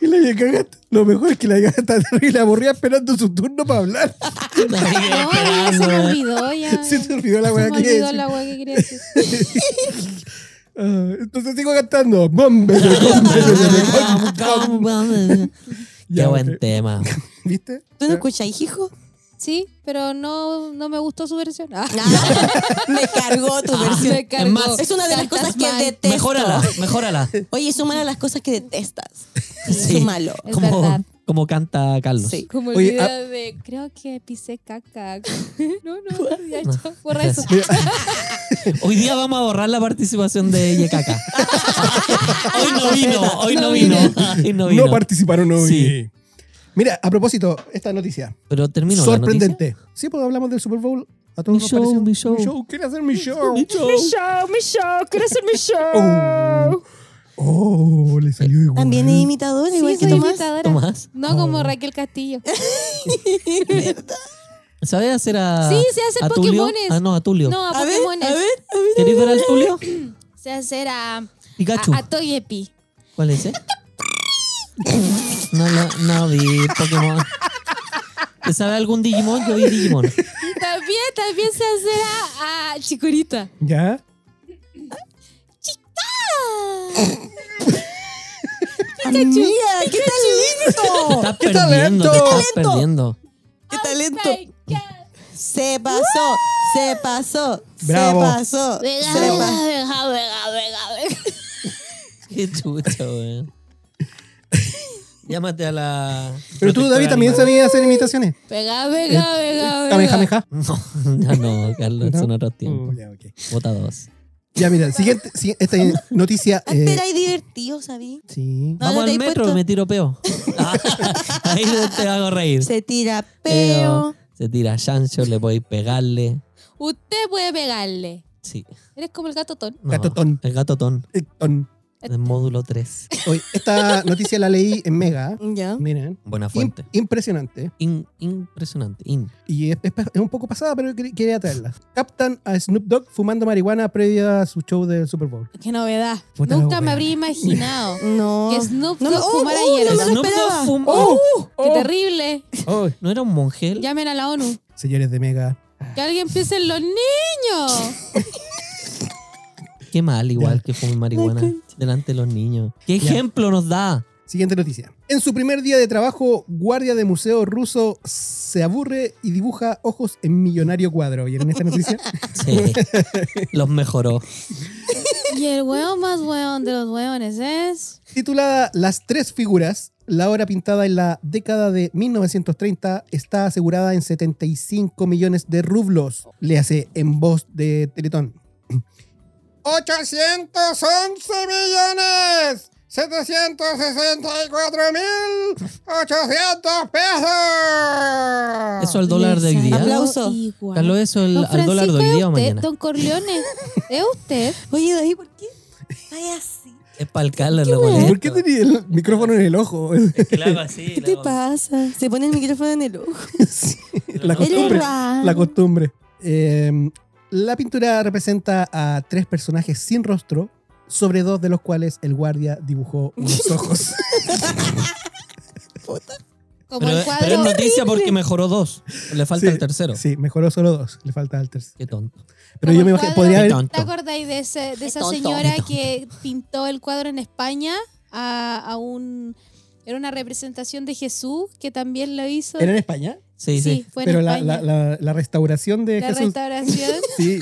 Y la Yakaga, lo mejor es que la Yakaga está terrible aburrida esperando su turno para hablar.
No, ya se me olvidó ya.
Se te olvidó la weá
Se me
que quería
olvidó
decir.
la weá que quería decir.
Ah, Entonces sigo cantando. Bom, bebe, bom, bebe, bebe, bom, bom.
Qué
Ya,
buen tema.
¿Viste?
¿Tú no escucháis, hijo?
Sí, pero no, no me gustó su versión. Ah,
Me cargó tu versión.
me cargó.
es más,
Es una de las cosas
Estás
que
mal.
detesto.
Mejórala, mejórala.
Oye, súmala las cosas que detestas. Y
Sí.
Súmalo.
Es
Como,
verdad.
como canta Carlos.
Sí.
Como el
Oye,
video
ah-
de creo que pisé caca. No, no, ya chao, borra eso.
Hoy día vamos a borrar la participación de Yekaka. hoy no vino, hoy no vino. Hoy no vino.
No participaron hoy.
Sí.
Mira, a propósito, esta noticia.
Pero terminó la noticia.
Sorprendente. Sí, pues hablamos del Super Bowl. A todos
Mi
nos
show,
pareció-
mi show.
Quiero hacer mi show.
show, mi show, quiero hacer mi
Oh. Oh, le salió igual.
También es imitador, igual
Sí,
que
soy
Tomás.
imitadora.
Tomás,
No como Raquel Castillo.
¿sabes hacer a.
Sí, sé hacer
a Tulio?
Pokémones.
Ah, no, a Tulio.
No, a,
A ver,
Pokémones.
a ver, a ver.
¿Querés ver al Tulio?
Sé hacer a, a,
Pikachu.
a Togepi.
¿Cuál es, eh? No, no, no vi Pokémon. ¿Te sabe algún Digimon? Yo vi Digimon.
También, también sé hacer a, a Chikorita.
¿Ya?
Amiga, qué Oh, talento.
Estás perdiendo, te
talento!
estás perdiendo.
Qué
Ay,
talento.
qué-
Se pasó, se pasó,
Bravo.
se pasó.
Venga,
se
venga,
pasó.
venga, venga, venga, venga.
Qué chucha, weón. Llámate a la.
Pero tú, David, también sabías hacer imitaciones.
Venga, venga, venga, venga.
Cameja, meja.
No, ya no, Carlos, son otros
Oh,
tiempos.
ya, ok.
Vota dos.
Ya, mira, siguiente, siguiente- esta noticia.
Ah,
eh,
Espera, y divertido, ¿sabí?
sí.
No,
Vamos
no te
al
he
metro,
puesto.
me tiro peo. Ah, Ahí te hago reír.
Se tira peo.
Se tira chancho, le podéis pegarle.
Usted puede pegarle.
Sí.
Eres como el gato ton.
No,
Gato ton.
El gato ton.
Eh, ton.
El módulo 3.
Oye, esta noticia la leí en Mega.
Ya.
Miren.
Buena
Imp-
fuente.
impresionante.
In- impresionante. In.
Y es, es- es un poco pasada, pero quer- quería traerla. Captan a Snoop Dogg fumando marihuana previa a su show del Super Bowl.
Qué novedad.
Puta la
Nunca me
wea.
habría imaginado
No.
que Snoop
No,
Dogg
no, oh,
fumara
oh,
hierba.
no me lo
Snoop Dogg
esperaba.
fumó-
¡Oh!
¡Qué
Oh.
terrible!
Oh,
¿No era un monje?
Llamen a la ONU.
señores de Mega.
Que alguien piense en los niños.
Qué mal, igual que fume marihuana delante de los niños. ¿Qué
Ya.
ejemplo nos da?
Siguiente noticia. En su primer día de trabajo, guardia de museo ruso se aburre y dibuja ojos en millonario cuadro. ¿Vieron esta noticia?
Sí. Los mejoró.
Y el hueón más hueón de los hueones es.
Titulada Las tres figuras, la obra pintada en la década de 1930 está asegurada en 75 millones de rublos. Le hace en voz de Teletón. 811 millones 764 mil 800 pesos.
Eso al dólar de hoy día.
Aplausos.
Carlos, eso el- al
Don ¿eh? Francisco,
dólar de hoy
¿es
día o
usted?
mañana. Pues,
Don Corleone, ¿es usted?
Oye, David, ¿por qué? Ay, así.
Es para el Carlos, le
¿Y
molesta.
¿Por qué tenía el micrófono en el ojo?
Es que le hago así.
¿Qué
le
te
hago-
pasa? Se pone el micrófono en el ojo.
Sí, la
Eres
costumbre.
raro.
La costumbre. Eh, la pintura representa a tres personajes sin rostro, sobre dos de los cuales el guardia dibujó unos ojos.
Como
Pero,
el
pero es
cuadro.
noticia porque mejoró dos. Le falta
Sí,
el tercero.
Sí, mejoró solo dos, le falta el tercero.
Qué tonto.
Pero
Como
yo me
el
imagino,
cuadro-
podría haber...
Qué
¿Te
tonto.
acordáis de, ese- de esa
tonto.
señora
Qué tonto.
que pintó el cuadro en España a, a un. Era una representación de Jesús que también lo hizo.
Era en España,
Sí, sí.
fue en
pero la,
España.
la- la- la restauración de
La
Jesús...
restauración.
Sí,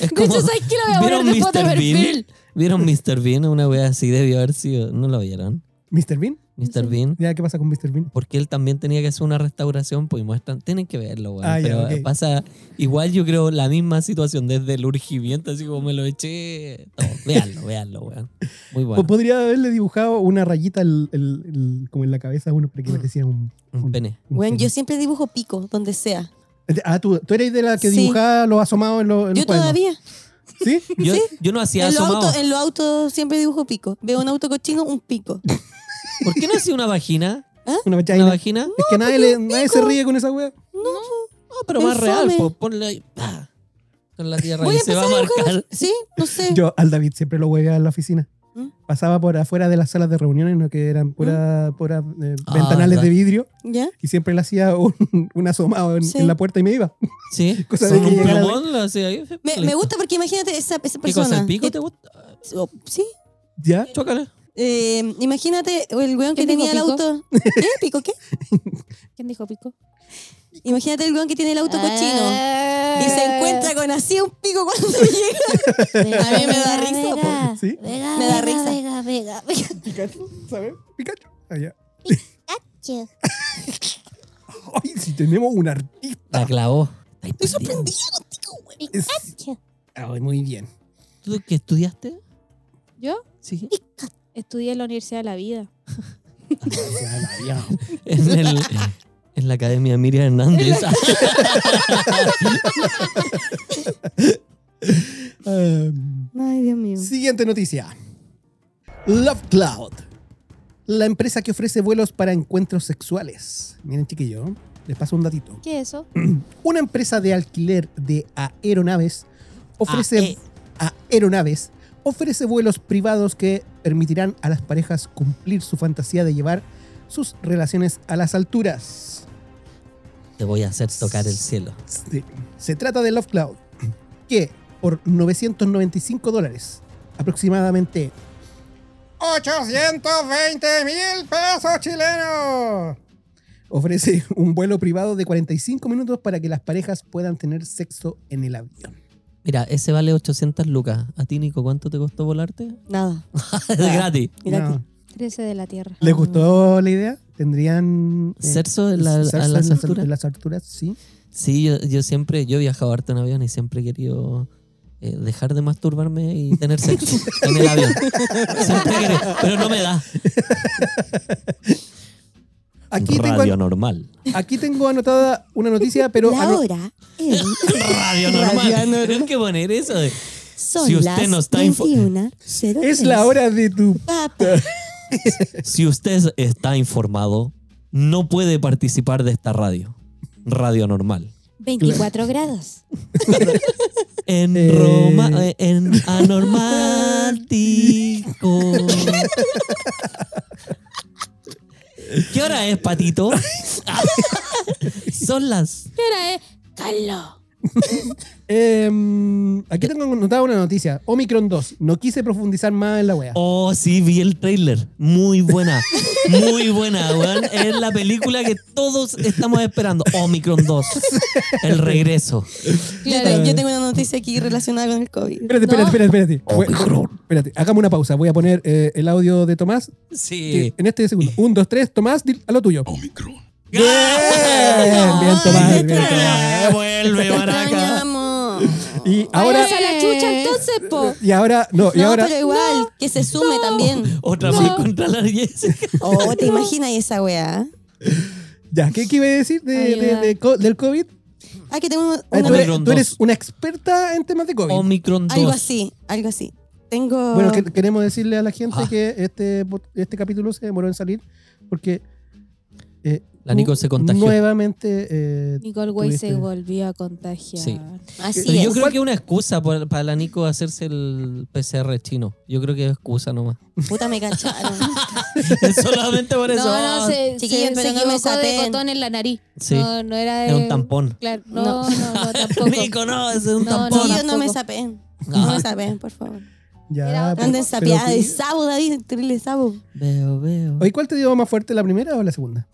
Es
De
como,
hecho, ¿sabes qué? Lo voy a
¿Vieron
poner de foto de
Mr. Bean?
perfil.
¿Vieron Mr. Bean? Una wea así debió haber sido. ¿No lo vieron?
Mr. Bean.
Mr. Bean.
Ya, ¿qué pasa con Mr. Bean?
Porque él también tenía que hacer una restauración, pues y muestran, tienen que verlo, weón.
Ah, ya,
pero
ok.
pasa igual, yo creo, la misma situación desde el urgimiento, así como me lo eché. No, veanlo, veanlo, weón. Muy
O Pues
bueno.
Pues,
podría haberle dibujado una rayita al- al- al- como en la cabeza a uno para que parecía un...
pues,
Un pene.
un
Bueno, yo
pene.
siempre dibujo pico, donde sea.
Ah, ¿tú, tú eres de la que
Sí.
dibujaba los asomados en los... en
Yo
los cuadernos.
todavía.
¿Sí?
Yo, yo no hacía
En los
asomado.
autos lo auto siempre dibujo pico. Veo un auto cochino, un pico.
¿Por qué no hacía una vagina?
Una vagina.
¿Una vagina?
Es que nadie, le- nadie se ríe con esa wea.
No, pero
Es
más real,
fome.
pues ponle ahí. pa, Con la tierra
Voy
y
a
se va a
empezar
marcar.
¿Sí? No sé.
Yo al David siempre lo huevea en la oficina.
¿Mm?
Pasaba por afuera de las salas de reuniones, ¿no? que eran puras puras, eh,
Ah,
ventanales
verdad.
de vidrio,
¿Ya?
y siempre le hacía un, un asomado en,
Sí.
en la puerta y me iba.
Sí.
Cosa de
Con
que
un
llegara-
plumón, lo hacía ahí.
Me, me
listo.
gusta porque imagínate esa, esa
¿Qué cosa?
persona.
¿El pico
que-
te gusta?
oh, sí.
¿Ya?
Chócale.
Eh, imagínate el weón que
¿Quién dijo
tenía el
pico?
auto. ¿Qué? ¿Pico qué?
¿Quién dijo pico?
Imagínate el weón que tiene el auto cochino.
Ah.
Y se
Ah.
encuentra con así un pico cuando llega.
A
mí me da risa,
¿Sí?
Me da risa.
Vega, vega, vega.
Pikachu, ¿sabes? Pikachu. Ah, ya. Ay, si tenemos un artista.
La clavó.
Ah. Estoy sorprendida contigo, weón.
Es- Ay, muy bien.
¿Tú qué estudiaste?
Yo
Sí.
estudié en la Universidad de la Vida.
Ah, ya la había.
En, el, en la Academia Miriam Hernández.
Um,
Ay, Dios mío.
Siguiente noticia. Love Cloud. La empresa que ofrece vuelos para encuentros sexuales. Miren, chiquillo, les paso un datito.
¿Qué es eso?
Una empresa de alquiler de aeronaves ofrece aeronaves ofrece vuelos privados que permitirán a las parejas cumplir su fantasía de llevar sus relaciones a las alturas.
Te voy a hacer tocar el cielo.
Se, se trata de Love Cloud, que por 995 dólares, aproximadamente 820 mil pesos chilenos, ofrece un vuelo privado de 45 minutos para que las parejas puedan tener sexo en el avión.
Mira, ese vale 800 lucas. A ti, Nico, ¿cuánto te costó volarte?
Nada.
Es gratis.
Mira
No.
aquí.
Crece de la Tierra.
Ah. ¿Les gustó la idea? ¿Tendrían... eh,
¿Cerso en la-
sexo
a
en
las
en
alturas?
las alturas? Sí.
Sí, yo, yo siempre, yo he viajado harto en avión y siempre he querido eh, dejar de masturbarme y tener sexo en el avión. Siempre he querido, pero no me da.
Aquí tengo,
Radio normal.
aquí tengo anotada una noticia, pero
La
ano-
hora es-
Radio normal.
normal.
Tienes que poner eso. de-
son
Si usted
las
no está info-
21:03.
es la hora de tu...
Papá.
Si usted está informado, no puede participar de esta radio. Radio normal.
24 grados.
En
Eh.
Roma, eh, en anormático. ¿Qué hora es, patito? Son las.
¿Qué hora es? Carlos.
Em, aquí tengo anotada una noticia. Omicron 2. No quise profundizar más en la wea.
Oh, sí, vi el trailer. Muy buena. Muy buena, weón. Es la película que todos estamos esperando. Omicron 2. El regreso.
Claro, yo tengo una noticia aquí relacionada con el COVID.
Espérate, espérate,
No.
espérate, espérate. Fue- Espérate, hagamos una pausa. Voy a poner eh, el audio de Tomás
Sí. Oh,
en este segundo. Un, dos, tres. Tomás, di- a lo tuyo. Bien,
¡Ah!
bien, Tomás. bien, Tomás.
Eh, Vuelve, maraca.
Extrañamos.
Y ahora,
Váyanse a la chucha entonces, po.
y ahora, no, y
No,
ahora,
pero igual, que se sume también.
Otra vez contra la Jessica.
Oh, ¿te imaginas esa weá?
ya, ¿qué, qué iba a decir de, de-
Ayuda.
de co- del COVID?
Ah, que tengo una-
Ah, tú, eres,
Omicron
tú eres
2.
una experta en temas de COVID.
Omicron 2.
algo así, algo así. Tengo...
Bueno, que- queremos decirle a la gente
Ah.
que este, pod- este capítulo se demoró en salir porque eh,
La Nico se contagió.
Nuevamente, eh,
Nicole Way se
Tuviste.
volvió a contagiar.
Sí.
Así
Pero
es.
yo creo que es una excusa por- para la Nico hacerse el PCR chino. Yo creo que es excusa nomás.
Puta, me cacharon.
Solamente por eso. Ah,
No, no, se,
Chiquillos,
se,
pero
se
no me
equivocó de
saten.
cotón en la nariz.
Sí.
No, no era de...
Es un tampón.
Claro, no,
No.
no, no, tampoco.
Nico, no, es un
No,
tampón.
Sí, yo no me
tampoco.
sapeen. No
Ah.
me sapeen, por favor.
Era
ya.
otra
pero-
Anden
pero-
sapeadas de sabo, David, terrible sabo.
Veo, veo.
Oye, ¿cuál te dio más fuerte, la primera o la segunda?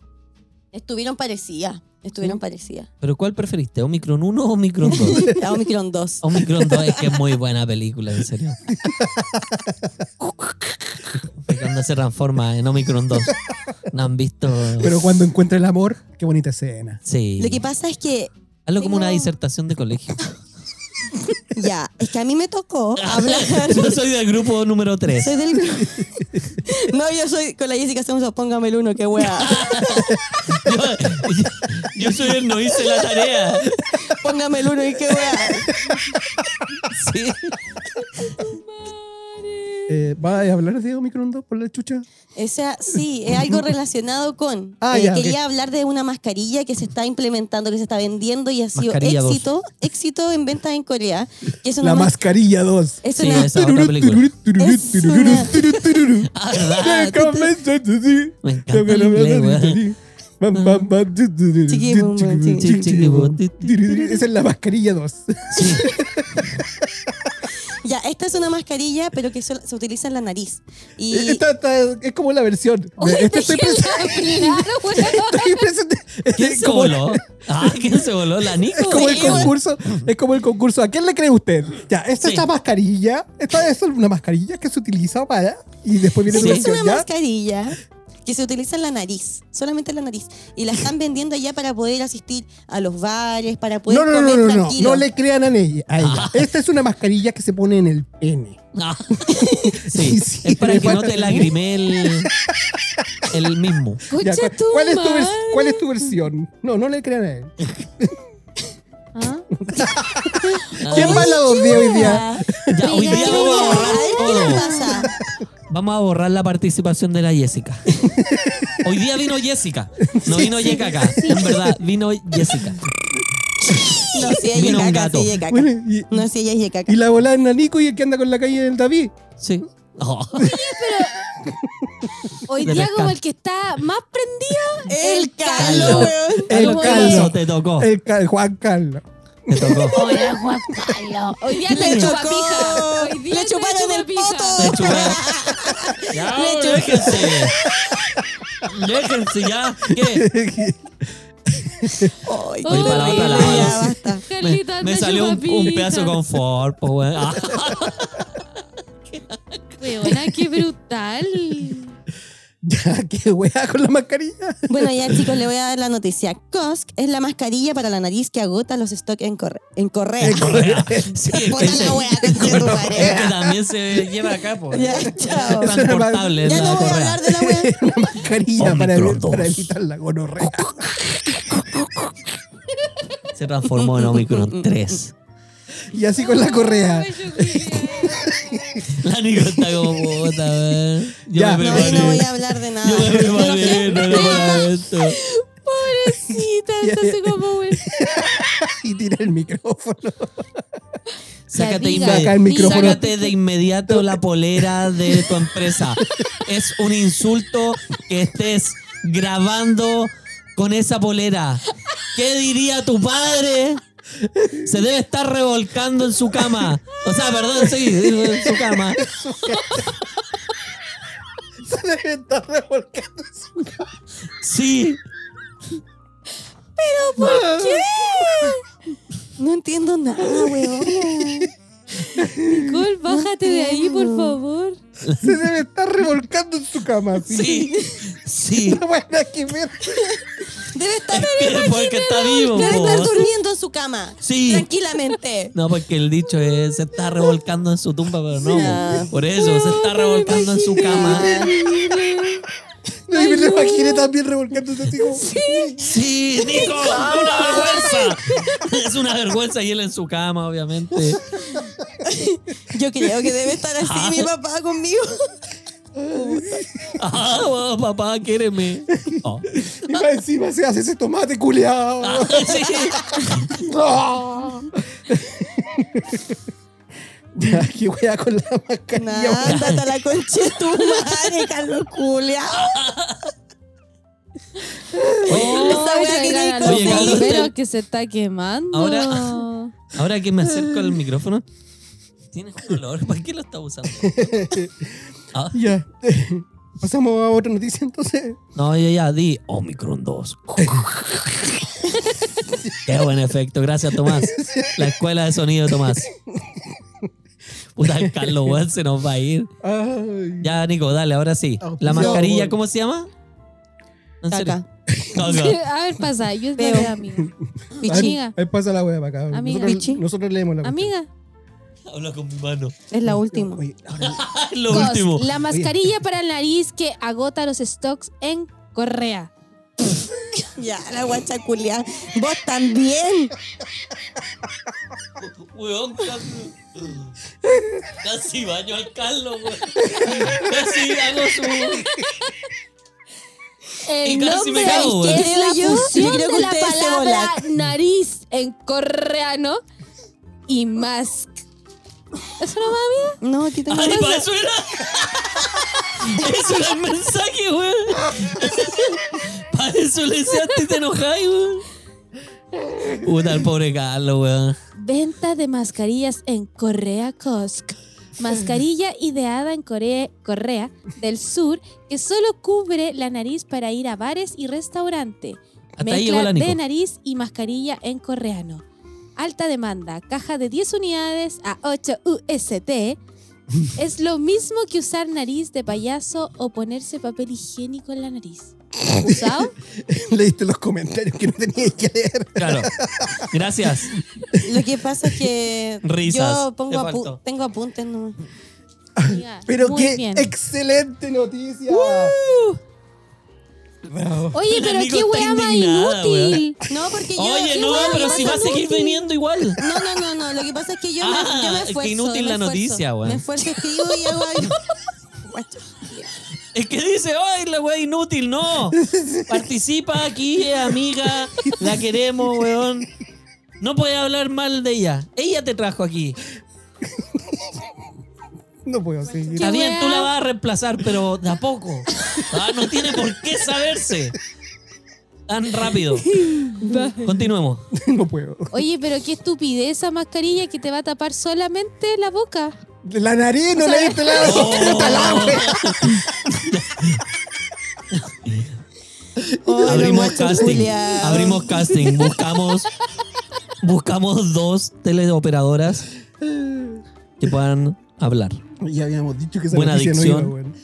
Estuvieron parecidas, estuvieron parecidas.
¿Pero cuál preferiste? ¿Omicron 1 o Omicron 2?
La Omicron 2.
Omicron 2 es que es muy buena película, en serio. Es Cuando se transforma en Omicron 2. ¿No han visto?
Pero cuando encuentra el amor, qué bonita escena.
Sí.
Lo que pasa es que,
Hazlo como una
Tengo-
disertación de colegio.
ya, es que a mí me tocó hablar.
Yo soy del grupo número 3.
soy del grupo. No, yo soy con la Jessica hacemos póngame el uno, qué wea.
Yo, yo- yo soy el no hice la tarea.
Póngame el uno y qué wea.
Sí.
Eh, ¿Va a hablar de Omicron 2 por la chucha?
Esa, sí, es algo relacionado con.
Ah,
Eh,
ya,
quería hablar de una mascarilla que se está implementando, que se está vendiendo y ha sido
Mascarilla dos.
éxito, éxito en ventas en Corea. que es una
La
mas-
mascarilla 2.
es
Sí,
una-
esa otra película.
Es una-
Ah, ¿verdad? Me encanta el inglés,
Chiqui, bum, bum, chiqui.
Chiqui, chiqui, bum.
Esa es la mascarilla 2.
Sí.
ya, esta es una mascarilla, pero que sol- se utiliza en la nariz. Y
Esta- esta Es como la versión.
Oye,
Esta estoy
te
pensando.
la- claro, weón.
estoy pensando-
¿Quién
es
se
como-
voló? Ah, ¿quién se voló? ¿La Nico?
Es como el
Sí, bueno.
concurso, es como el concurso. ¿A quién le cree usted? Ya, esta
Sí.
es la mascarilla. Esta es una mascarilla que se utiliza para. Y después viene
Sí,
la
es una
versión ya.
mascarilla que se utiliza en la nariz, solamente en la nariz. Y la están vendiendo allá para poder asistir a los bares, para poder
No, no, no,
comer
no, no, no,
tranquilo. Ah.
no le crean a ella. a ella. Esta es una mascarilla que se pone en el pene.
Ah,
Sí,
sí,
sí,
es para
me
que no
falta-
te lagrime el, el mismo.
Ya,
Escucha
¿cuál,
tú,
cuál es tu
madre.
vers- ¿Cuál es tu versión? No, no le crean a él.
¿Ah?
Ah.
Ah.
¿Quién va a la dos días hoy día?
Ya, hoy día
Mira,
vamos a borrar
Ay, ¿Qué le
todo.
pasa?
Vamos a borrar la participación de la Jessica. Hoy día vino Jessica. No vino Yeka acá. En verdad, vino Jessica.
No, si ella es
Vino un
yecaca,
gato.
si ella es yecaca.
Bueno, y,
No, si ella es yecaca.
y la volada en la Nico y el que anda con la calle del David.
Sí. Oh,
Hoy
De
día
pescar.
como el que está más prendido
El Carlos, weón. Eh.
El
Como
Carlos.
te
Oh.
tocó.
El Ca- Juan Carlos.
Te tocó.
Hola, Juan Carlos. Hoy día
Le
te
chocó.
chupa pija. Hoy día
Le
te
chuparon
chupa
el
pija.
poto.
Ya, déjense. Déjense ya. ¿Qué?
Ay,
Oye,
qué
para la otra
terrible,
lado.
ya, basta.
Me,
Carlito,
me
anda
salió un,
chupa
un
pija.
pedazo con Ford, po, weón. Ah.
Weona, qué brutal.
Ya, ¿Qué weá con la mascarilla?
Bueno, ya chicos, le voy a dar la noticia. Cosc es la mascarilla para la nariz que agota los stocks en, corre en Correa.
Sí,
Puta
ese-
la wea, eh. conche tu madre.
este también se lleva acá, po.
Ya, chao.
Transportable, es
Ya
la
no voy a
correa.
hablar de la wea.
Una mascarilla para,
Omicron
para
2.
evitar la gonorrea.
Se transformó en Omicron 3.
Y así con la correa.
La Nico está como puta, weón. Yo
Ya.
me
No, yo no voy
preparé.
a hablar de nada.
Yo me preparé,
Yo
no
no
era para esto.
Pobrecita, entonces como, güey.
Y tira el micrófono.
Sácate,
diga,
inmedi-
Saca el micrófono.
sácate de inmediato la polera de tu empresa. Es un insulto que estés grabando con esa polera. ¿Qué diría tu padre? Se debe estar revolcando en su cama. O sea, perdón, sí, en su cama.
Se debe estar revolcando.
Sí.
No entiendo nada, weón.
Nicole, bájate de ahí, por favor.
Se debe estar revolcando en su cama.
Sí, sí.
No buena que ver.
Debe estar,
Porque está vivo.
debe
po.
estar durmiendo en su cama.
Sí.
Tranquilamente.
No, porque el dicho es se está revolcando en su tumba, pero no.
Ah.
Por eso, se está revolcando en su cama.
No, y me lo imaginé también revolcándose así como.
Sí, Nico, una vergüenza. Es una vergüenza y él en su cama, obviamente.
Yo creo que debe estar así mi papá conmigo.
Ah, wow, papá, quéreme. Oh.
Y más encima se hace ese tomate culeado.
Ah, sí.
Ya, qué wea con la mascarilla.
Nada,
wea.
andate a la concha de tu madre, Carlos Culia.
Oh.
Esa wea que
Traigan a
Nico
los
Oye, Carlos,
se hizo.
bomberos que se está quemando.
Ahora- Ahora que me acerco al micrófono, ¿tienes un olor? ¿Para qué lo estás usando? Ah,
Ya. Pasamos a otra noticia entonces.
no, yo ya di Omicron 2. Qué buen efecto, gracias Tomás. La escuela de sonido de Tomás. Puta, el Carlos weón, se nos va a ir.
Ay.
Ya, Nico, dale, ahora sí. La
Auspiciado
mascarilla,
por-
¿cómo se llama? ¿En serio?
Caca.
Caca.
A ver, pasa. Yo
Veo.
veo, amiga.
Pichi.
Amiga.
Ahí pasa la wea para acá.
Amiga.
Nosotros,
Pichi.
nosotros leemos la cuestión.
Amiga.
Habla con mi mano.
Es la última.
Oye, ahora-
Ah, Lo
Cos,
último.
La mascarilla para el nariz que agota los stocks en Correa.
Ya, la guacha culia. Vos también.
Weón, casi. Casi baño al Carlos, weón. Casi hago su.
El
Y casi me
nombre
cago, ¿eh?
es,
güey.
es la
Creo yo- yo
fusión
creo que
de la
ustedes se
palabra nariz en coreano y mask. ¿Eso no va
No, aquí tengo
¡Ay,
una-
para eso era! ¡Eso era el mensaje, weón! Para eso le deseaste y te enojáis, weón. Puta, el pobre Carlos, weón.
Venta de mascarillas en Correa Costco. Mascarilla ideada en Corea, Correa del Sur que solo cubre la nariz para ir a bares y restaurante.
Hasta ahí llegó
Mezcla
la Nico.
de nariz y mascarilla en coreano. Alta demanda, caja de 10 unidades a 8 UST. Es lo mismo que usar nariz de payaso o ponerse papel higiénico en la nariz. ¿Usado?
Leíste los comentarios que no tenías que leer.
Claro. Gracias.
Lo que pasa es que
Risas,
yo pongo
te
apu-
faltó.
tengo apuntes nomás.
Amiga,
Pero
muy
qué
bien.
excelente noticia. Bravo.
Oye,
La
pero
Nico
qué
está
weá más
indignada,
inútil.
No, porque yo.
Oye,
yo
no,
me-
pero
me
si va
pasa
a seguir
inútil.
viniendo igual.
No, no, no, no. Lo que pasa es que yo,
Ah,
me, yo me
qué
esfuerzo.
inútil
me
la
esfuerzo.
noticia, weón.
Me esfuerzo, escribo y hago algo. Guacho, culiao.
Es que dice, ¡ay, la weá inútil! ¡No! Participa aquí, eh, amiga. La queremos, weón. No puedes hablar mal de ella. Ella te trajo aquí.
No puedo seguir.
Está bien,
weá?
tú la vas a reemplazar, pero de a poco. Ah, no tiene por qué saberse. Tan rápido. Continuemos.
No puedo.
Oye, pero qué estupidez esa mascarilla que te va a tapar solamente la boca.
La nariz no leíste la puta la wea.
Oh,
Abrimos
lo guacho
casting.
culiao.
Abrimos casting. Buscamos, buscamos dos teleoperadoras que puedan hablar.
Ya habíamos dicho que esa
Buena
noticia
adicción.
no iba, weón.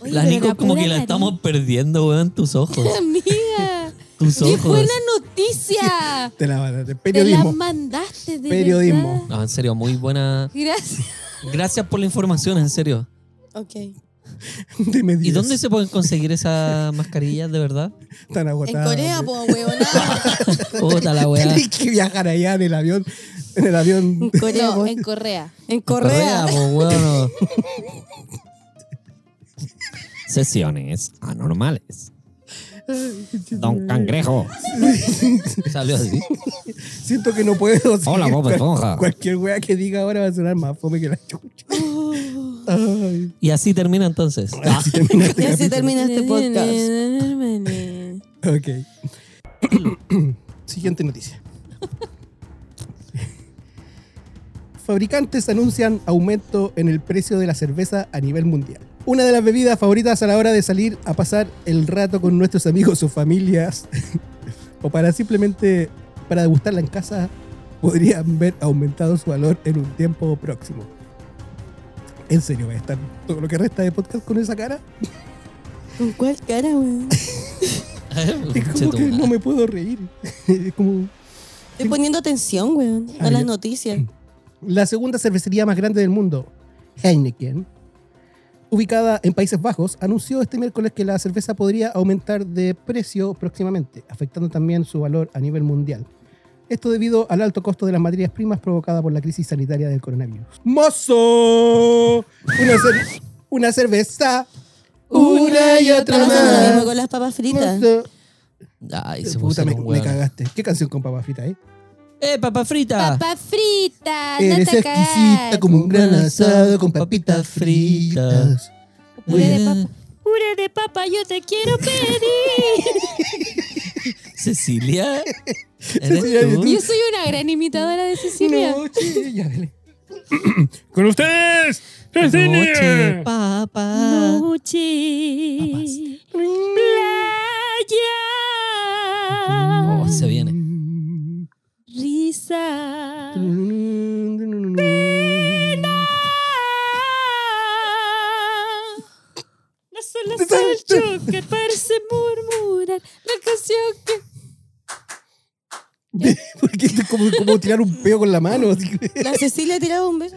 Oye,
la
pero
Nico como
pura
que la
nariz.
estamos perdiendo, weón, tus ojos.
Amiga,
Tus
qué
ojos.
buena noticia.
Te la, de
Te la
periodismo.
mandaste de
Periodismo.
verdad.
No, en serio, muy buena.
Gracias.
Gracias por la información, en serio.
Ok.
Dime
¿Y
diez.
dónde se pueden conseguir esas mascarillas de verdad?
Están
En
agotadas.
Corea, po, huevona.
Puta la weá.
Tenés que viajar allá en el avión. En el avión.
En Corea,
No,
po.
en Correa.
En Correa.
po, pues, weón. Sesiones anormales. Don Cangrejo. Salió así.
Siento que no puedo.
Hola,
seguir
Bob
cual-
Esponja.
Cualquier wea que diga ahora va a sonar más fome que la chucha. Ay,
Y así termina entonces.
así termina este
Y
capítulo.
así termina este podcast.
Ok. Siguiente noticia. Fabricantes anuncian aumento en el precio de la cerveza a nivel mundial. Una de las bebidas favoritas a la hora de salir a pasar el rato con nuestros amigos o familias o para simplemente para degustarla en casa podrían ver aumentado su valor en un tiempo próximo. ¿En serio va a estar todo lo que resta de podcast con esa cara?
¿Con cuál cara, weón?
Es como que no me puedo reír. Es como...
Estoy poniendo atención, weón, a
Ay,
las
yo-
noticias.
la segunda cervecería más grande del mundo, Heineken, ubicada en Países Bajos, anunció este miércoles que la cerveza podría aumentar de precio próximamente, afectando también su valor a nivel mundial. Esto debido al alto costo de las materias primas provocada por la crisis sanitaria del coronavirus. ¡Mozo! Una, cer- una cerveza. Una y
Está
otra
pasando lo mismo
más.
con las papas fritas.
Mozo.
Ay, se
Puta,
puso
me,
un
me
weón.
cagaste. ¿Qué canción con papas fritas, eh?
¡Eh, papa frita!
Papa frita,
Eres
andate a
exquisita
cagar.
como un gran
Con
asado con
papitas
papitas fritas.
Puré de papa. Puré de papa, yo te quiero pedir.
Cecilia.
Cecilia,
¿Eres tú?
Yo soy una gran imitadora de Cecilia.
No, che, Oh, ya dale. Con ustedes,
Noche, papá.
Noche. Playa.
Oh, se viene.
Risa. Las olas del choque parece murmurar la canción que
Porque es como, como tirar un peo con la mano. así que-
La Cecilia tiraba un beso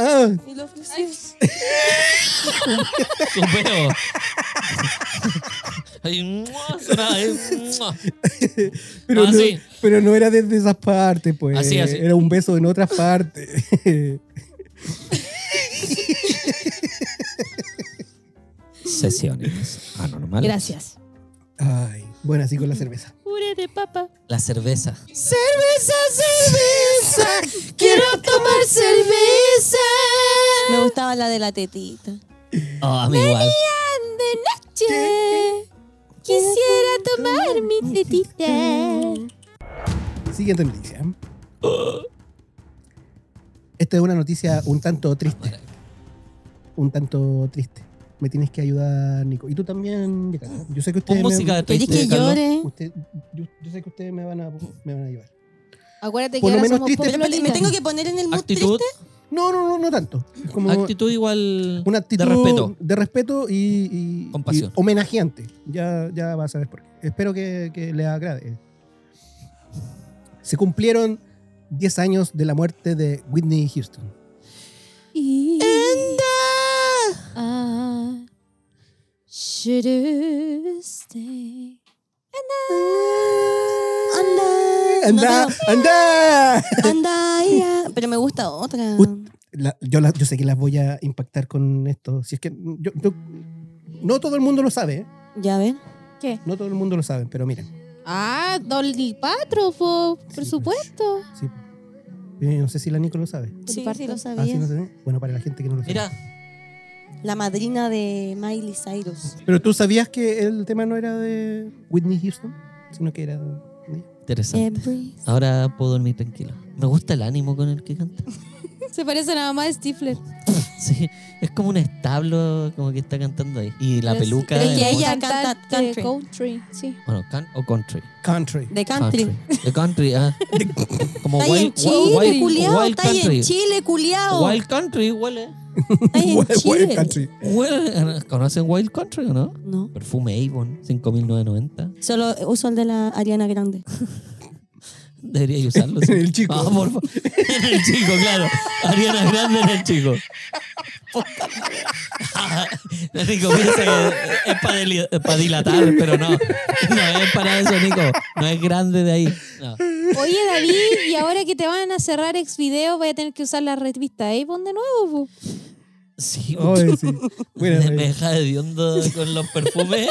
Ah,
y lo ofreció.
Tu peo. Ay, mua, sonaba, ay, mua.
pero,
Ah,
no,
sí.
pero no era desde esas partes, pues.
Así, así.
Era un beso en otras partes.
Sesiones anormales.
Gracias.
Ay, bueno, así con la cerveza.
Puré de papa.
La cerveza.
Cerveza, cerveza. Quiero tomar cerveza.
Me gustaba la de la tetita.
Oh, a mí igual.
De noche. Quisiera tomar mi tetita.
Siguiente noticia. Esta es una noticia un tanto triste. Un tanto triste. Me tienes que ayudar, Nico. Y tú también, Yeka. Yo sé que
Pon
ustedes.
música
me,
triste,
¿Querés que
Este, Carlos.
llore?
usted- yo, yo sé que ustedes me van a, me van a ayudar.
Acuérdate
Por
que
lo
ahora
menos
somos
triste,
pueblo
Espérate, Me
lindo.
tengo que poner en el mood
Actitud,
triste.
No, no, no, no tanto. Es como
actitud igual
una actitud
de respeto.
de respeto y, y-
Compasión.
y homenajeante. Ya, ya vas a ver por qué. Espero que, que les agrade. Se cumplieron 10 años de la muerte de Whitney Houston.
Y- Ah, I should stay.
Anda. No,
¡Anda!
pero-
¡Anda!
Anda, ya. Pero me gusta otra.
Ut- La- yo, la- yo sé que las voy a impactar con esto. Si es que yo, yo- no todo el mundo lo sabe, ¿eh?
Ya ven.
¿Qué?
no todo el mundo lo sabe, pero miren.
Ah, Dolly Patro, po, por
Sí,
supuesto.
sí. Eh, no sé si la Nico lo sabe.
Sí,
Parto.
sí lo
Ah, sí,
sabía.
no sé. Bueno, para la gente que no lo sabe.
Mira,
La madrina de Miley Cyrus.
Pero tú sabías que el tema no era de Whitney Houston, sino que era de...
interesante.
Every-
Ahora puedo dormir tranquilo. Me gusta el ánimo con el que canta.
Se parece a la mamá de Stifler.
Sí, es como un establo como que está cantando ahí. Y la
Pero sí,
peluca.
pero
es
que
muy-
ella canta country.
Cantante country. Sí.
Bueno, can o country.
Country.
De country.
The country, ah. Como
Está ahí en
wild,
Chile,
wild,
culiao.
wild
Está ahí
country.
en Chile, culiao.
Wild country, igual, eh.
Ay, en
Wild- Wild
Chile.
Country.
Bueno, ¿Conocen Wild Country o no?
No,
Perfume Avon, 5.990.
solo uso el de la Ariana Grande.
Debería usarlo. sí.
En el chico.
Ah, por favor. En el chico, claro. Ariana Grande en el chico. Ah, Nico, piensa que es para dilatar, pero no. No es para eso, Nico. No es grande de ahí. No.
Oye, David, y ahora que te van a cerrar ex video, voy a tener que usar la revista Avon de nuevo. po.
Sí,
Oye, sí. Bueno,
me, me
eh,
deja de con los perfumes.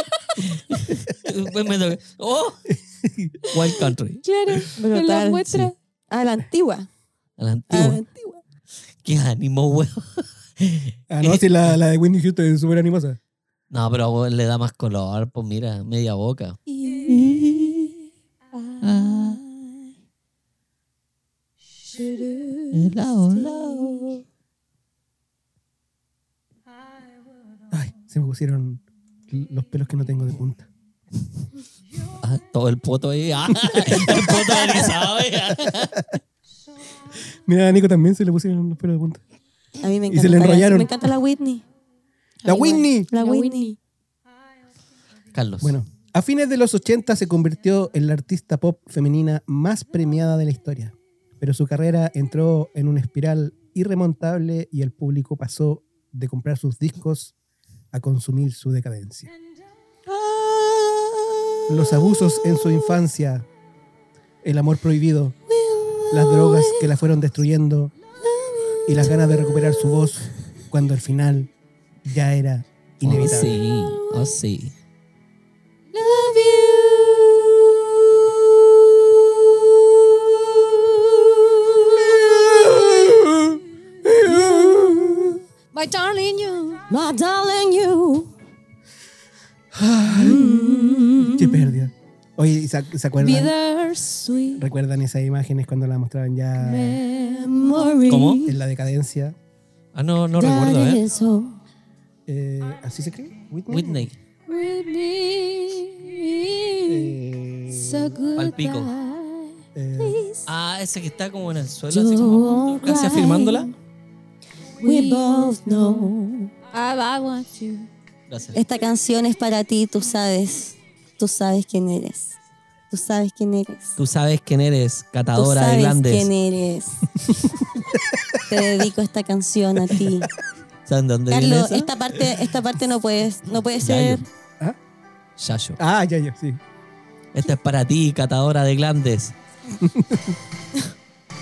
Después me toca. ¡Oh! Wild Country.
Claro, me
Brutal,
lo muestra.
Ah, la antigua. Ah,
A la
la
antigua.
antigua.
Qué ánimo, huevo.
ah, no, sí, la, la de Whitney Houston es súper animosa.
No, pero weón, le da más color, pues mira, media boca.
Y-
Ay, se me pusieron los pelos que no tengo de punta.
Ah, todo el poto ahí. Ah, el poto erizado. ahí.
Mira, a Nico también se le pusieron los pelos de punta.
A mí me
Y
encanta.
se le
la-
enrollaron.
Me encanta la Whitney.
¡La Whitney!
La,
La
Whitney.
Whitney.
Carlos.
Bueno, a fines de los 80 se convirtió en la artista pop femenina más premiada de la historia, pero su carrera entró en una espiral irremontable y el público pasó de comprar sus discos a consumir su decadencia. Los abusos en su infancia, el amor prohibido, las drogas que la fueron destruyendo y las ganas de recuperar su voz cuando al final ya era
Oh,
inevitable.
sí, oh, sí.
My darling you.
My darling you. Mm.
Qué pérdida. Oye, ¿y ¿se, ac- se acuerdan?
Bittersweet
¿Recuerdan esas imágenes cuando las mostraban ya
Memory.
¿Cómo?
en la decadencia?
Ah, no, no
That
recuerdo, ¿eh?
is all.
Eh, ¿Así se cree? ¿Whitney?
Whitney.
with me.
Eh,
So good.
Palpico.
eh,
Ah, ese que está como en el suelo, así como casi afirmándola.
We both know.
I, I want you.
Gracias.
Esta canción es para ti, tú sabes. Tú sabes quién eres. Tú sabes quién eres.
Tú sabes quién eres,
Tú
catadora de
sabes quién
grandes.
eres. Te dedico esta canción a ti.
¿Saben de dónde viene
Carlos,
esa?
esta parte, esta parte no puedes, no puede ser.
Yayo.
¿Ah?
Yayo.
ah, ya, ya, sí.
Esta es para ti, catadora de glandes.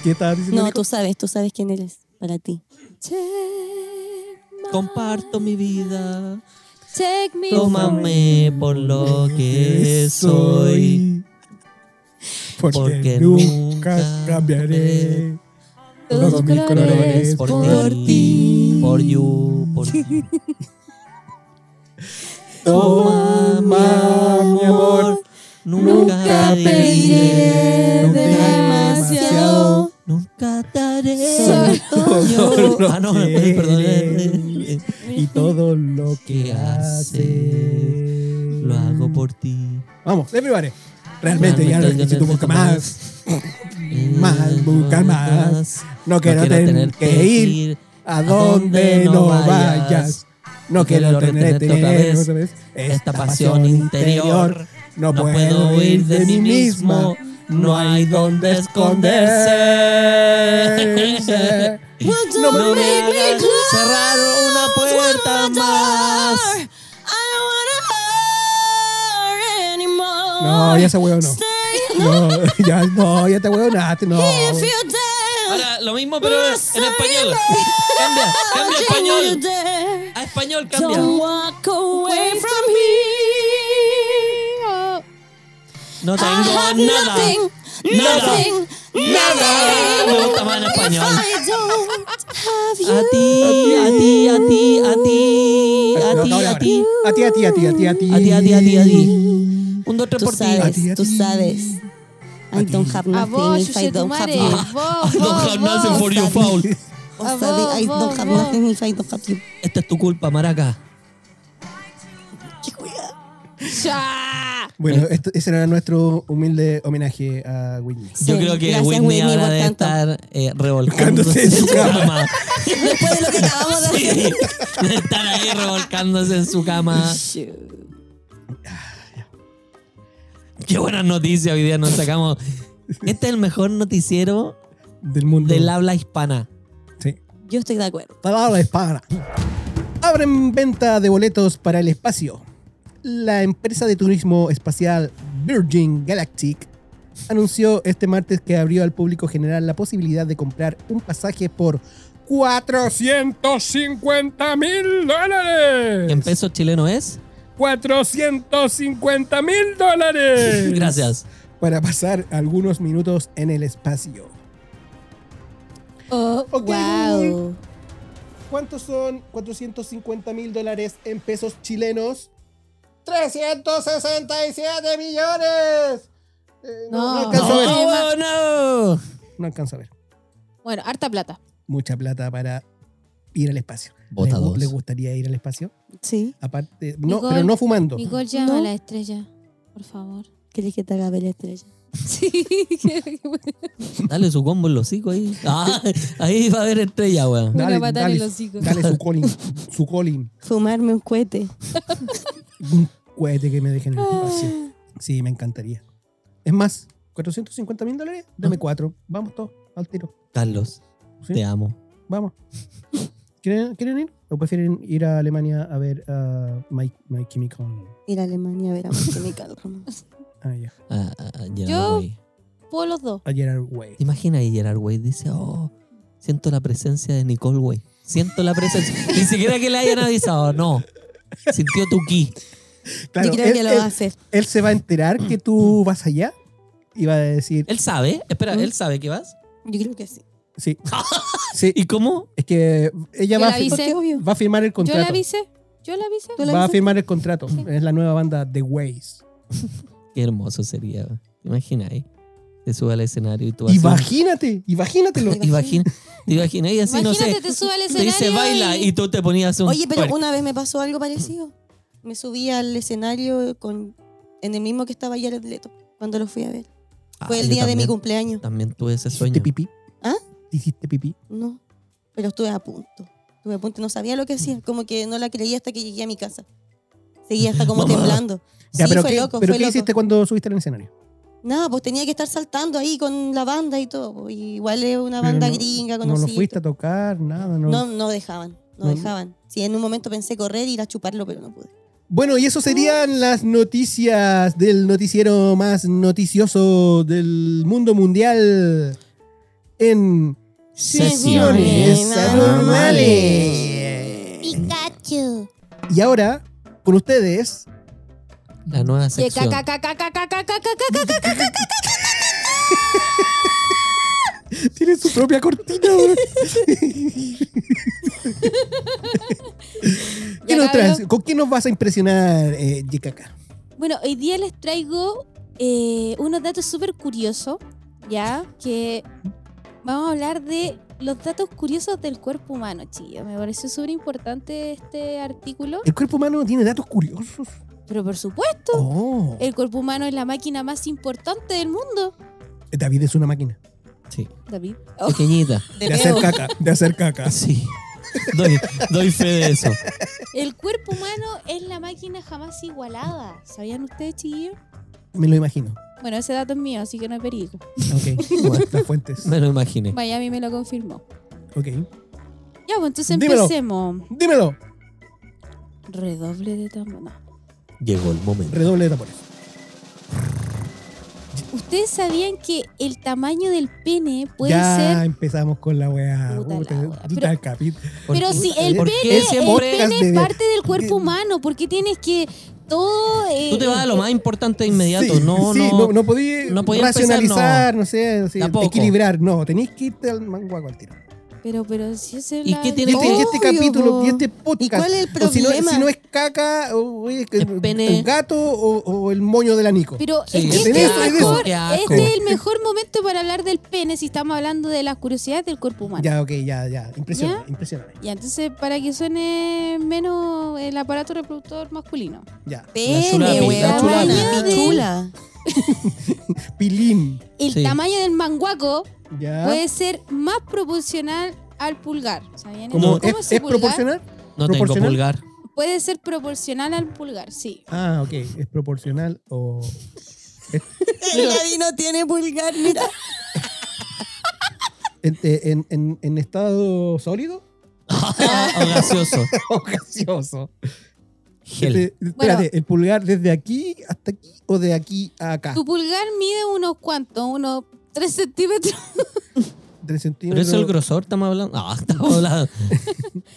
¿Qué estabas diciendo?
No,
Nico?
tú sabes, tú sabes quién eres para ti.
Take my-
Comparto mi vida.
Take me.
Tómame por lo que soy.
Porque,
Porque
nunca
nunca
cambiaré.
Todos
Todos mis colores
colores
Por,
por
ti. Por you. Por
Toma, Oh, mi amor.
Nunca te diré
No te
demasiado.
Nunca te haré.
Soy
todo
yo.
lo
Ah, no,
que
perdón.
eh,
eh,
eres Y todo lo que
¿Qué haces?
haces.
eh. Lo hago por ti.
Vamos, everybody. Realmente ya no necesito buscar más. Más, buscar más. No quiero tener que ir a donde no vayas. No quiero tener,
retenerte otra
tener
vez
otra vez
Esta pasión interior.
No puedo ir de mí mismo. No hay donde esconderse.
No me hagas cerrar una puerta más.
No, ya se huevo no. No, ya, no, ya te huevonaste, no.
Ahora, lo mismo, pero en español. Cambia, cambia a español. A español cambia.
away from me.
No tengo nada. Nada. Nada. Me gusta más en español. A ti, a ti, a ti, a ti. Eh, A ti, a ti.
A ti, a ti, a ti, a ti, a ti.
A ti, a ti, a ti, a ti. Un, dos, tres
Tú
por ti.
A ti, a
sabes, tú
ti.
sabes. I don't have
A
nothing
vos,
if I don't have
Chuchetumare.
you.
Vos,
I don't have
vos,
nothing
vos.
for you, foul.
Vos
A
sabés,
vos,
I
vos,
don't have
vos.
nothing if I don't have you.
Esta es tu culpa, Maraca.
Ya.
Eh.
Bueno, esto- ese era nuestro humilde homenaje a Whitney.
Sí,
Yo creo que
gracias,
Whitney
Whitney,
ahora
por
debe
tanto.
estar eh, revolcándose
en
en su
su
cama.
Después de lo que acabamos de hacer.
Sí. Están ahí revolcándose en su cama. Qué buenas noticias hoy día nos sacamos. Este es el mejor noticiero
Del mundo.
Mm.
del habla hispana.
Sí.
Yo estoy de acuerdo.
Para la hispana. Abren venta de boletos para el espacio. La empresa de turismo espacial Virgin Galactic anunció este martes que abrió al público general la posibilidad de comprar un pasaje por 450 mil
¿En
dólares.
pesos chileno es?
450 mil dólares.
Gracias.
Para pasar algunos minutos en el espacio.
Oh,
Ok,
wow.
Google. ¿Cuántos son 450 mil dólares en pesos chilenos? ¡367 millones! Eh, no, no
No.
alcanzo a ver.
no, ¡Oh, no.
No alcanzo a ver.
Bueno, harta plata.
Mucha plata para ir al espacio.
Bota
¿Le gu-
dos.
¿Le gustaría ir al espacio?
Sí.
Aparte, no,
Nicole,
pero no fumando.
Nicole, llama
No.
a la estrella, por favor.
¿Querés que te haga ver la estrella?
Sí,
Dale su combo en los hocico ahí. Ah, ahí va a haber estrella, weón.
Una
Dale,
patada en
dale,
el hocico.
dale su colin, su colin.
Fumarme un cohete.
Un cohete que me dejen en el espacio. Sí, me encantaría. Es más, 450 mil dólares, dame cuatro. Vamos todos, al tiro.
Carlos,
Sí.
te amo.
Vamos. ¿Quieren, quieren ir? ¿O prefieren ir a Alemania a ver a My, My Chemical?
Ir a Alemania a ver a Chemical Romance.
Ah, ya.
Ah, ah, ah, Gerard
Yo-
Way.
Puedo los dos.
A Gerard Way.
¿Te imaginas ahí Gerard Way? Dice, oh, siento la presencia de Nicole Way. Siento la presencia. Ni siquiera que le hayan avisado, no. Sintió tu ki.
Claro,
Yo creo
él,
que lo
él-
va a hacer.
él se va a enterar que tú vas allá y va a decir,
Él sabe, espera,
¿Mm?
él sabe que vas.
Yo creo que sí.
sí. Sí,
¿Y cómo?
es que ella
Yo
va a,
la
fi-
avisé.
Porque obvio.
va a firmar el
Yo la
contrato.
avisé. Yo la avisé.
¿Tú la
Va a
avisas?
firmar el contrato. Es la nueva banda The Ways.
Qué hermoso sería. ¿Te imaginas ahí? Te sube al escenario y tú haces-
Imagínate, imagínatelo.
Imagina, te imaginas y así, no
Imagínate,
sé.
te sube al
Te
escenario.
dice baila y tú te ponías un.
Oye, pero
twerk.
una vez me pasó algo parecido. Me subí al escenario con, en el mismo que estaba Jared Leto cuando lo fui a ver.
Ah,
Fue el
yo
día de mi
también-
cumpleaños.
También tuve ese
¿Hiciste
sueño.
pipí?
¿Ah?
¿Hiciste pipí?
No, pero estuve a punto. Estuve a punto, no sabía lo que hacía. Como que no la creía hasta que llegué a mi casa. Seguía hasta como
Mamá.
temblando.
Ya,
sí,
pero
fue
¿qué,
loco,
pero
fue
¿qué
loco.
hiciste cuando subiste al escenario?
Nada, pues tenía que estar saltando ahí con la banda y todo. po. Y igual es una
Pero
banda
no-
gringa
No lo
conocida.
fuiste a tocar, nada. No.
no, no dejaban, no,
No.
dejaban. Sí, en un momento pensé correr y ir a chuparlo, pero no pude.
Bueno, y eso serían las noticias del noticiero más noticioso del mundo mundial en sesiones
Sesiones
anormales.
Pikachu.
Y ahora, con ustedes,
La nueva
Que
sección.
ca- ca- ca- ca- ca- ca- ca- ca- ca- ca- ca- ca-
tienen su propia cortina. güey. ¿Qué
Ya,
nos traes?
cabros.
¿Con qué nos vas a impresionar, eh, YKK?
Bueno, hoy día les traigo eh, unos datos súper curiosos, ¿ya? Que vamos a hablar de los datos curiosos del cuerpo humano, chillo. Me pareció súper importante este artículo.
El cuerpo humano tiene datos curiosos.
Pero por supuesto,
Oh,
el cuerpo humano es la máquina más importante del mundo.
Eh, David es una máquina.
Sí.
David.
Pequeñita.
De
Eh.
De hacer
peo.
caca, de hacer caca.
Sí. Doy, doy fe de eso.
El cuerpo humano es la máquina jamás igualada. ¿Sabían ustedes, chiquillos?
Me lo imagino.
Bueno, ese dato es mío, así que no es perico.
Ok,
Bueno,
las fuentes.
me lo imaginé.
Miami me lo confirmó.
Ok.
Ya, pues entonces
Dímelo.
empecemos.
Dímelo.
Redoble de tambor. No.
Llegó el momento.
Redoble de tambores.
¿Ustedes sabían que el tamaño del pene puede
ya
ser...
empezamos con la weá.
Puta la
Puta,
weá.
puta
Pero-
el capi-
Pero si
puta,
el
¿por
pene,
qué
ese
el
podcast
pene
de-
es parte del cuerpo
de-
humano, porque tienes que todo... eh,
Tú te vas a lo más importante de inmediato.
Sí,
no,
sí,
no.
no, no podí
no podía empezar,
racionalizar, no, sé, así,
Tampoco.
equilibrar. No, tenéis que irte al manguaco al tiro.
Pero, pero si es
¿Y qué
Y
tiene
este, y este
Obvio,
capítulo,
po.
y este podcast.
¿Y cuál es el
o si no,
problema?
si no es caca, o, oye, que-
El pene.
el gato o, o el moño de la Nico.
Pero
Sí,
es que
ese
este
es
es, el
asco,
mejor,
qué asco.
este es el mejor momento para hablar del pene si estamos hablando de las curiosidades del cuerpo humano.
Ya, ok, ya, ya. Impresionante, impresionante.
Ya, entonces, para que suene menos el aparato reproductor masculino.
Ya.
chula,
Pene,
la
chula.
weón. Mi chula.
Pilín.
El
Sí.
tamaño del manguaco
Ya.
puede ser más proporcional al pulgar. ¿Sabían
Como,
No.
eso?
¿Es,
¿Cómo
es
se pulgar?
proporcional?
No tengo
¿Proporcional?
pulgar.
Puede ser proporcional al pulgar, sí.
Ah, ok. Es proporcional o.
El Gaby no tiene pulgar, mira.
En, eh, en- en- en estado sólido
o gaseoso.
o gaseoso.
Gel.
Este, espérate, ¿el pulgar desde aquí hasta aquí o de aquí a acá?
Tu pulgar mide unos cuantos, unos 3 centímetros.
Tres
Pero
centímetros.
eso es el grosor, estamos hablando. Ah, estamos hablando.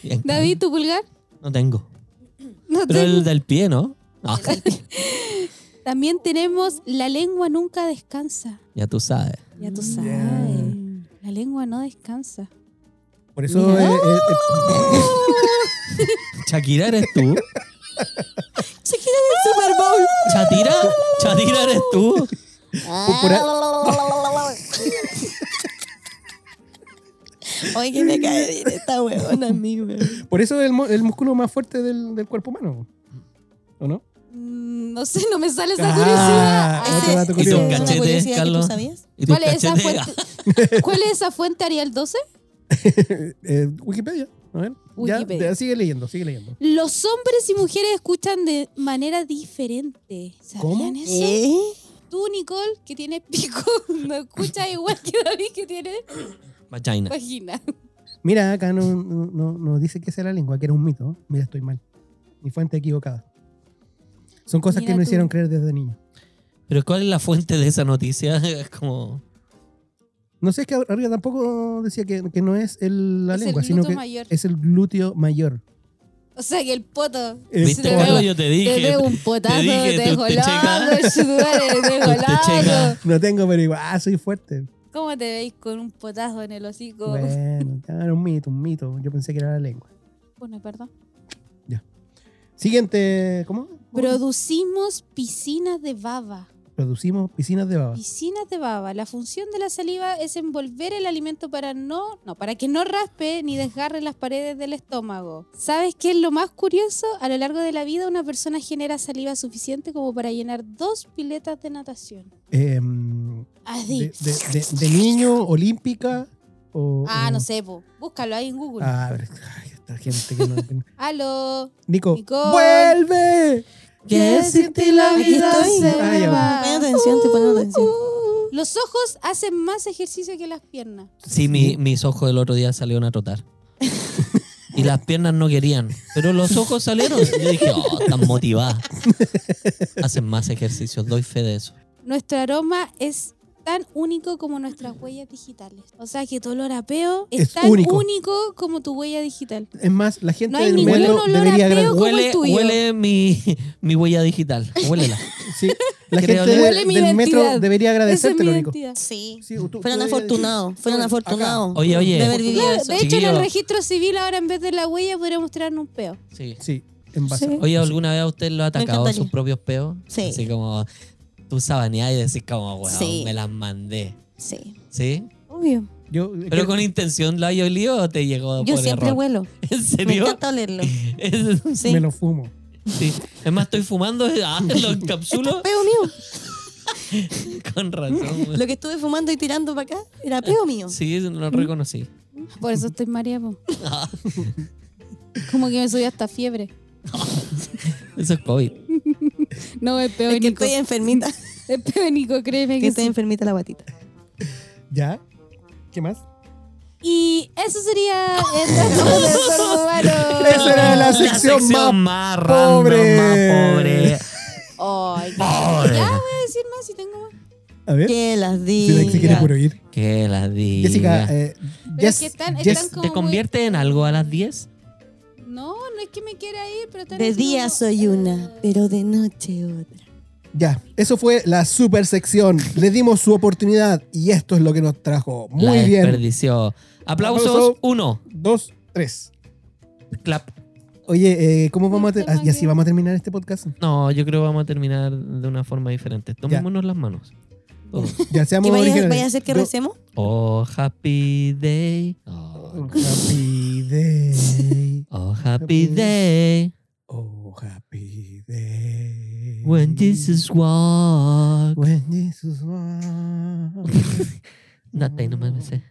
Bien.
David, tu pulgar.
No tengo.
No
Pero
tengo.
el del pie, ¿no? Ah,
También tenemos la lengua nunca descansa.
ya tú sabes.
Ya tú
Mm, Ya.
sabes. La lengua no descansa.
Por eso.
Mira.
eh, eh,
Shakira eres tú.
Shakira del Super Bowl.
Chatira, Chatira eres tú.
por
Oye, que me cae bien esta huevona, amigo.
eh, por eso es el, mu- el músculo más fuerte del, del cuerpo humano. ¿O no?
Mm, No sé, no me sale esa
Ah,
curiosidad.
otro
Ah,
dato
Y tus
curioso.
una
cachetes,
curiosidad que tú
Carlos.
sabías.
Y tus
¿Cuál es, esa
cachetes.
fuente, ¿Cuál es esa fuente, Ariel 12?
Eh, Wikipedia. A ver. Ya,
Wikipedia.
te- sigue leyendo, sigue leyendo.
Los hombres y mujeres escuchan de manera diferente. ¿Sabían
¿Cómo?
eso?
¿Qué?
Tú, Nicole, que tienes pico, no escuchas igual que David, que tiene
Vagina.
vagina.
Mira, acá no, no, no- no dice que sea la lengua, que era un mito. Mira, estoy mal. Mi fuente equivocada. Son cosas
Mira
que me
tú.
hicieron creer desde niño.
Pero ¿cuál es la fuente de esa noticia? Es como.
No sé, es que arriba tampoco decía que, que no es el- la
Es el
lengua, sino
glúteo
que
mayor.
es el glúteo mayor.
O sea, que el poto.
El
Se
¿Viste,
te
poto.
Carlos?
pega-
Yo te
Te
dije.
veo un potazo,
dije,
te
tú te
dejo
checas.
loco, sudores, te
Tú
dejo
te checas.
loco.
No tengo, pero igual ah, soy fuerte.
¿Cómo te veis con un potazo en el hocico?
Bueno, ya era un mito, un mito. Yo pensé que era la lengua.
Bueno, perdón.
Siguiente, ¿cómo?
Producimos piscinas de baba.
Producimos piscinas de baba.
Piscinas de baba. La función de la saliva es envolver el alimento para no, no, para que no raspe ni desgarre las paredes del estómago. ¿Sabes qué es lo más curioso? A lo largo de la vida una persona genera saliva suficiente como para llenar dos piletas de natación.
Eh,
Así.
de, de- de- de niño, olímpica o...
ah,
o-
no sé, po. búscalo ahí en Google.
Ah, pero- ay, esta gente que no... que no-
Aló.
Nico,
Nicole.
vuelve.
Que sin ti la
Aquí vida estoy. se
Ah, ya,
va. Uh,
Pon atención, te pongo atención.
Los ojos hacen más ejercicio que las piernas.
Sí, mi- mis ojos el otro día salieron a trotar. Y las piernas no querían. Pero los ojos salieron. Yo dije, oh, están motivadas. Hacen más ejercicios, doy fe de eso.
Nuestro aroma es tan único como nuestras huellas digitales. O sea que tu olor a peo es,
Es
tan único.
único.
como tu huella digital.
Es más, la gente
No hay
del
ningún
metro
olor a
debería
peo
agradecer.
como el
Huele,
tuyo.
huele mi, mi huella digital. Huélela.
Sí, la
Creo
gente
que-
de-
Huele mi
del metro
identidad.
debería
Esa es mi
agradecértelo, Nico.
identidad.
Sí.
Sí, tú- tú
Fueron
deberías
afortunados,
decir,
fueron
"Estoy
afortunados.
acá".
Oye,
De haber
oye.
vivido
Claro,
eso.
de hecho, en el
Chiquillo.
registro civil ahora en vez de la huella podríamos tirar un peo.
Sí.
Sí, en base.
Sí.
Oye, ¿alguna vez a usted lo ha atacado
encantaría.
sus propios peos?
Sí.
Así como tú sabaneás y decís como, weón,
Sí.
me las mandé.
Sí.
¿Sí?
Obvio.
Yo,
¿Pero con intención la hay olido o te llegó
Yo
por
siempre
error?
huelo.
¿En
Me
serio?
encanta olerlo.
Es,
Sí.
me lo fumo.
sí. es más, estoy fumando, ah, lo encapsulo
Peo mío.
con razón. weón.
Lo que estuve fumando y tirando para acá era peo mío.
Sí, lo reconocí.
Por eso estoy mareado. Como que me subió hasta fiebre.
Eso es COVID.
No, es peo
Es que
Nico.
estoy enfermita.
Es peo Nico, créeme
Que
que
estoy
sí.
enfermita la guatita.
¿Ya? ¿Qué más?
Y eso sería el dato del ser humano.
Esa era la sección, más.
más,
pobre.
más pobre.
Ay,
¿Eh?
qué-
Pobre.
ya voy a decir más si tengo más.
A ver,
Que las
si la-
diga.
si quiere por oír.
Que la di.
Jessica, eh,
Pero es
Jess,
que están,
Jess,
están como
¿Te
muy-
convierte en algo a las 10?
No, no es que me quiera ir, pero están
De
así
día
como-
soy
Eh,
una, pero de noche otra.
ya. Eso fue la super sección. Le dimos su oportunidad y esto es lo que nos trajo.
la
Muy bien.
desperdició. Aplausos.
Aplauso.
Uno.
Dos, tres.
Clap.
Oye, eh, ¿cómo vamos a...
No,
ter-
tema
ah, y así
que-
vamos a terminar este podcast?
No, yo creo que vamos a terminar de una forma diferente. Tomémonos las manos. Todos.
Ya seamos
¿Qué vaya,
originales.
vaya a hacer que
Yo-
recemos?
Oh, happy day. Oh,
Oh, happy day.
oh, happy day.
Oh, happy day.
When Jesus walk.
When Jesus walk.
No, te no me lo sé.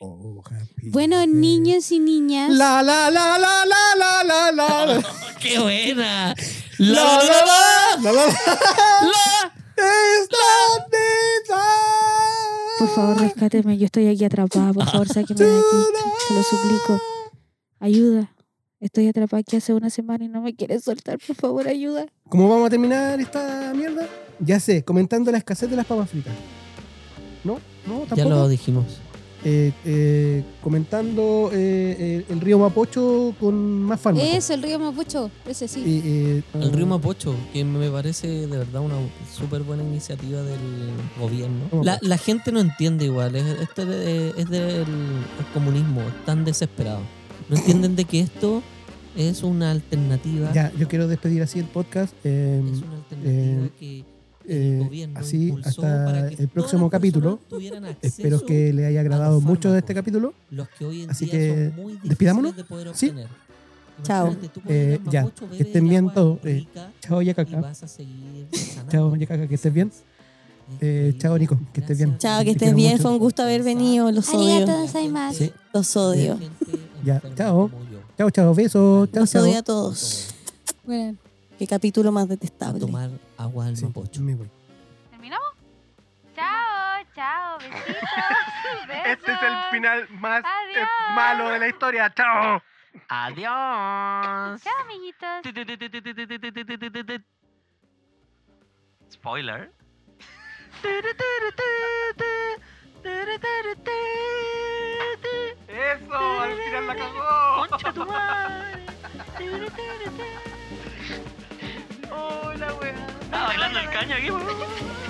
Oh,
Bueno, niños y niñas.
La la la la la la la la la
¡Qué buena! ¡La, la, la, la!
la la
¡La!
es la neta.
Por favor, rescáteme. Yo estoy aquí atrapada. Por favor, sáquenme de aquí. Se lo suplico. Ayuda. Estoy atrapada aquí hace una semana y no me quieres soltar. Por favor, ayuda.
¿Cómo vamos a terminar esta mierda? Ya sé, comentando la escasez de las papas fritas. No, no, tampoco.
Ya lo dijimos.
Eh, eh, comentando eh, eh, el río Mapocho con más fármacos.
Eso, el río Mapucho. Ese sí.
Eh, eh,
El río Mapocho, que me parece de verdad una súper buena iniciativa del gobierno. La, la gente no entiende igual, es, esto de- es del el comunismo, están desesperados. No entienden de que esto es una alternativa.
Ya, yo quiero despedir así el podcast. eh,
Es una alternativa
eh,
que el
eh,
gobierno
así,
impulsó para
hasta
que
el
todas
próximo
las
capítulo.
personas tuvieran
Espero
acceso,
que le haya agradado
los
mucho de este
fármacos.
capítulo.
Los que hoy en
así
día
que,
son muy difíciles
despidámonos.
de poder
Sí.
obtener.
Chao.
Imagínate, tú puedes
Eh,
ir a
ya, que
Mapocho, bebes
estén bien
agua
todos, eh,
rica,
Chao, ya
y
caca.
vas a seguir sanando.
Chao, Yakaka, que estés bien. Eh,
Este,
chao, Nico, que estés bien.
Chao, que
Te
estés
quiero
bien.
mucho.
Fue un gusto haber venido. Los odio.
Arigato. gozaimasu.
Sí.
Los odio.
Ya, chao. Chao, chao, besos. Chao,
Los
chao.
odio a todos.
Bueno,
Qué capítulo más
A
detestable.
tomar agua al
Sí,
mapocho.
me voy.
¿Terminamos? Chao, chao, besitos.
Este es el
besos.
final más eh,
Adiós.
malo de la historia. ¡Chao!
Adiós.
Chao, amiguitos.
Spoiler.
¡Eso! ¡Al final la cagó!
Concha tu madre.
¡Hola, weón!
Estaba bailando el caño aquí.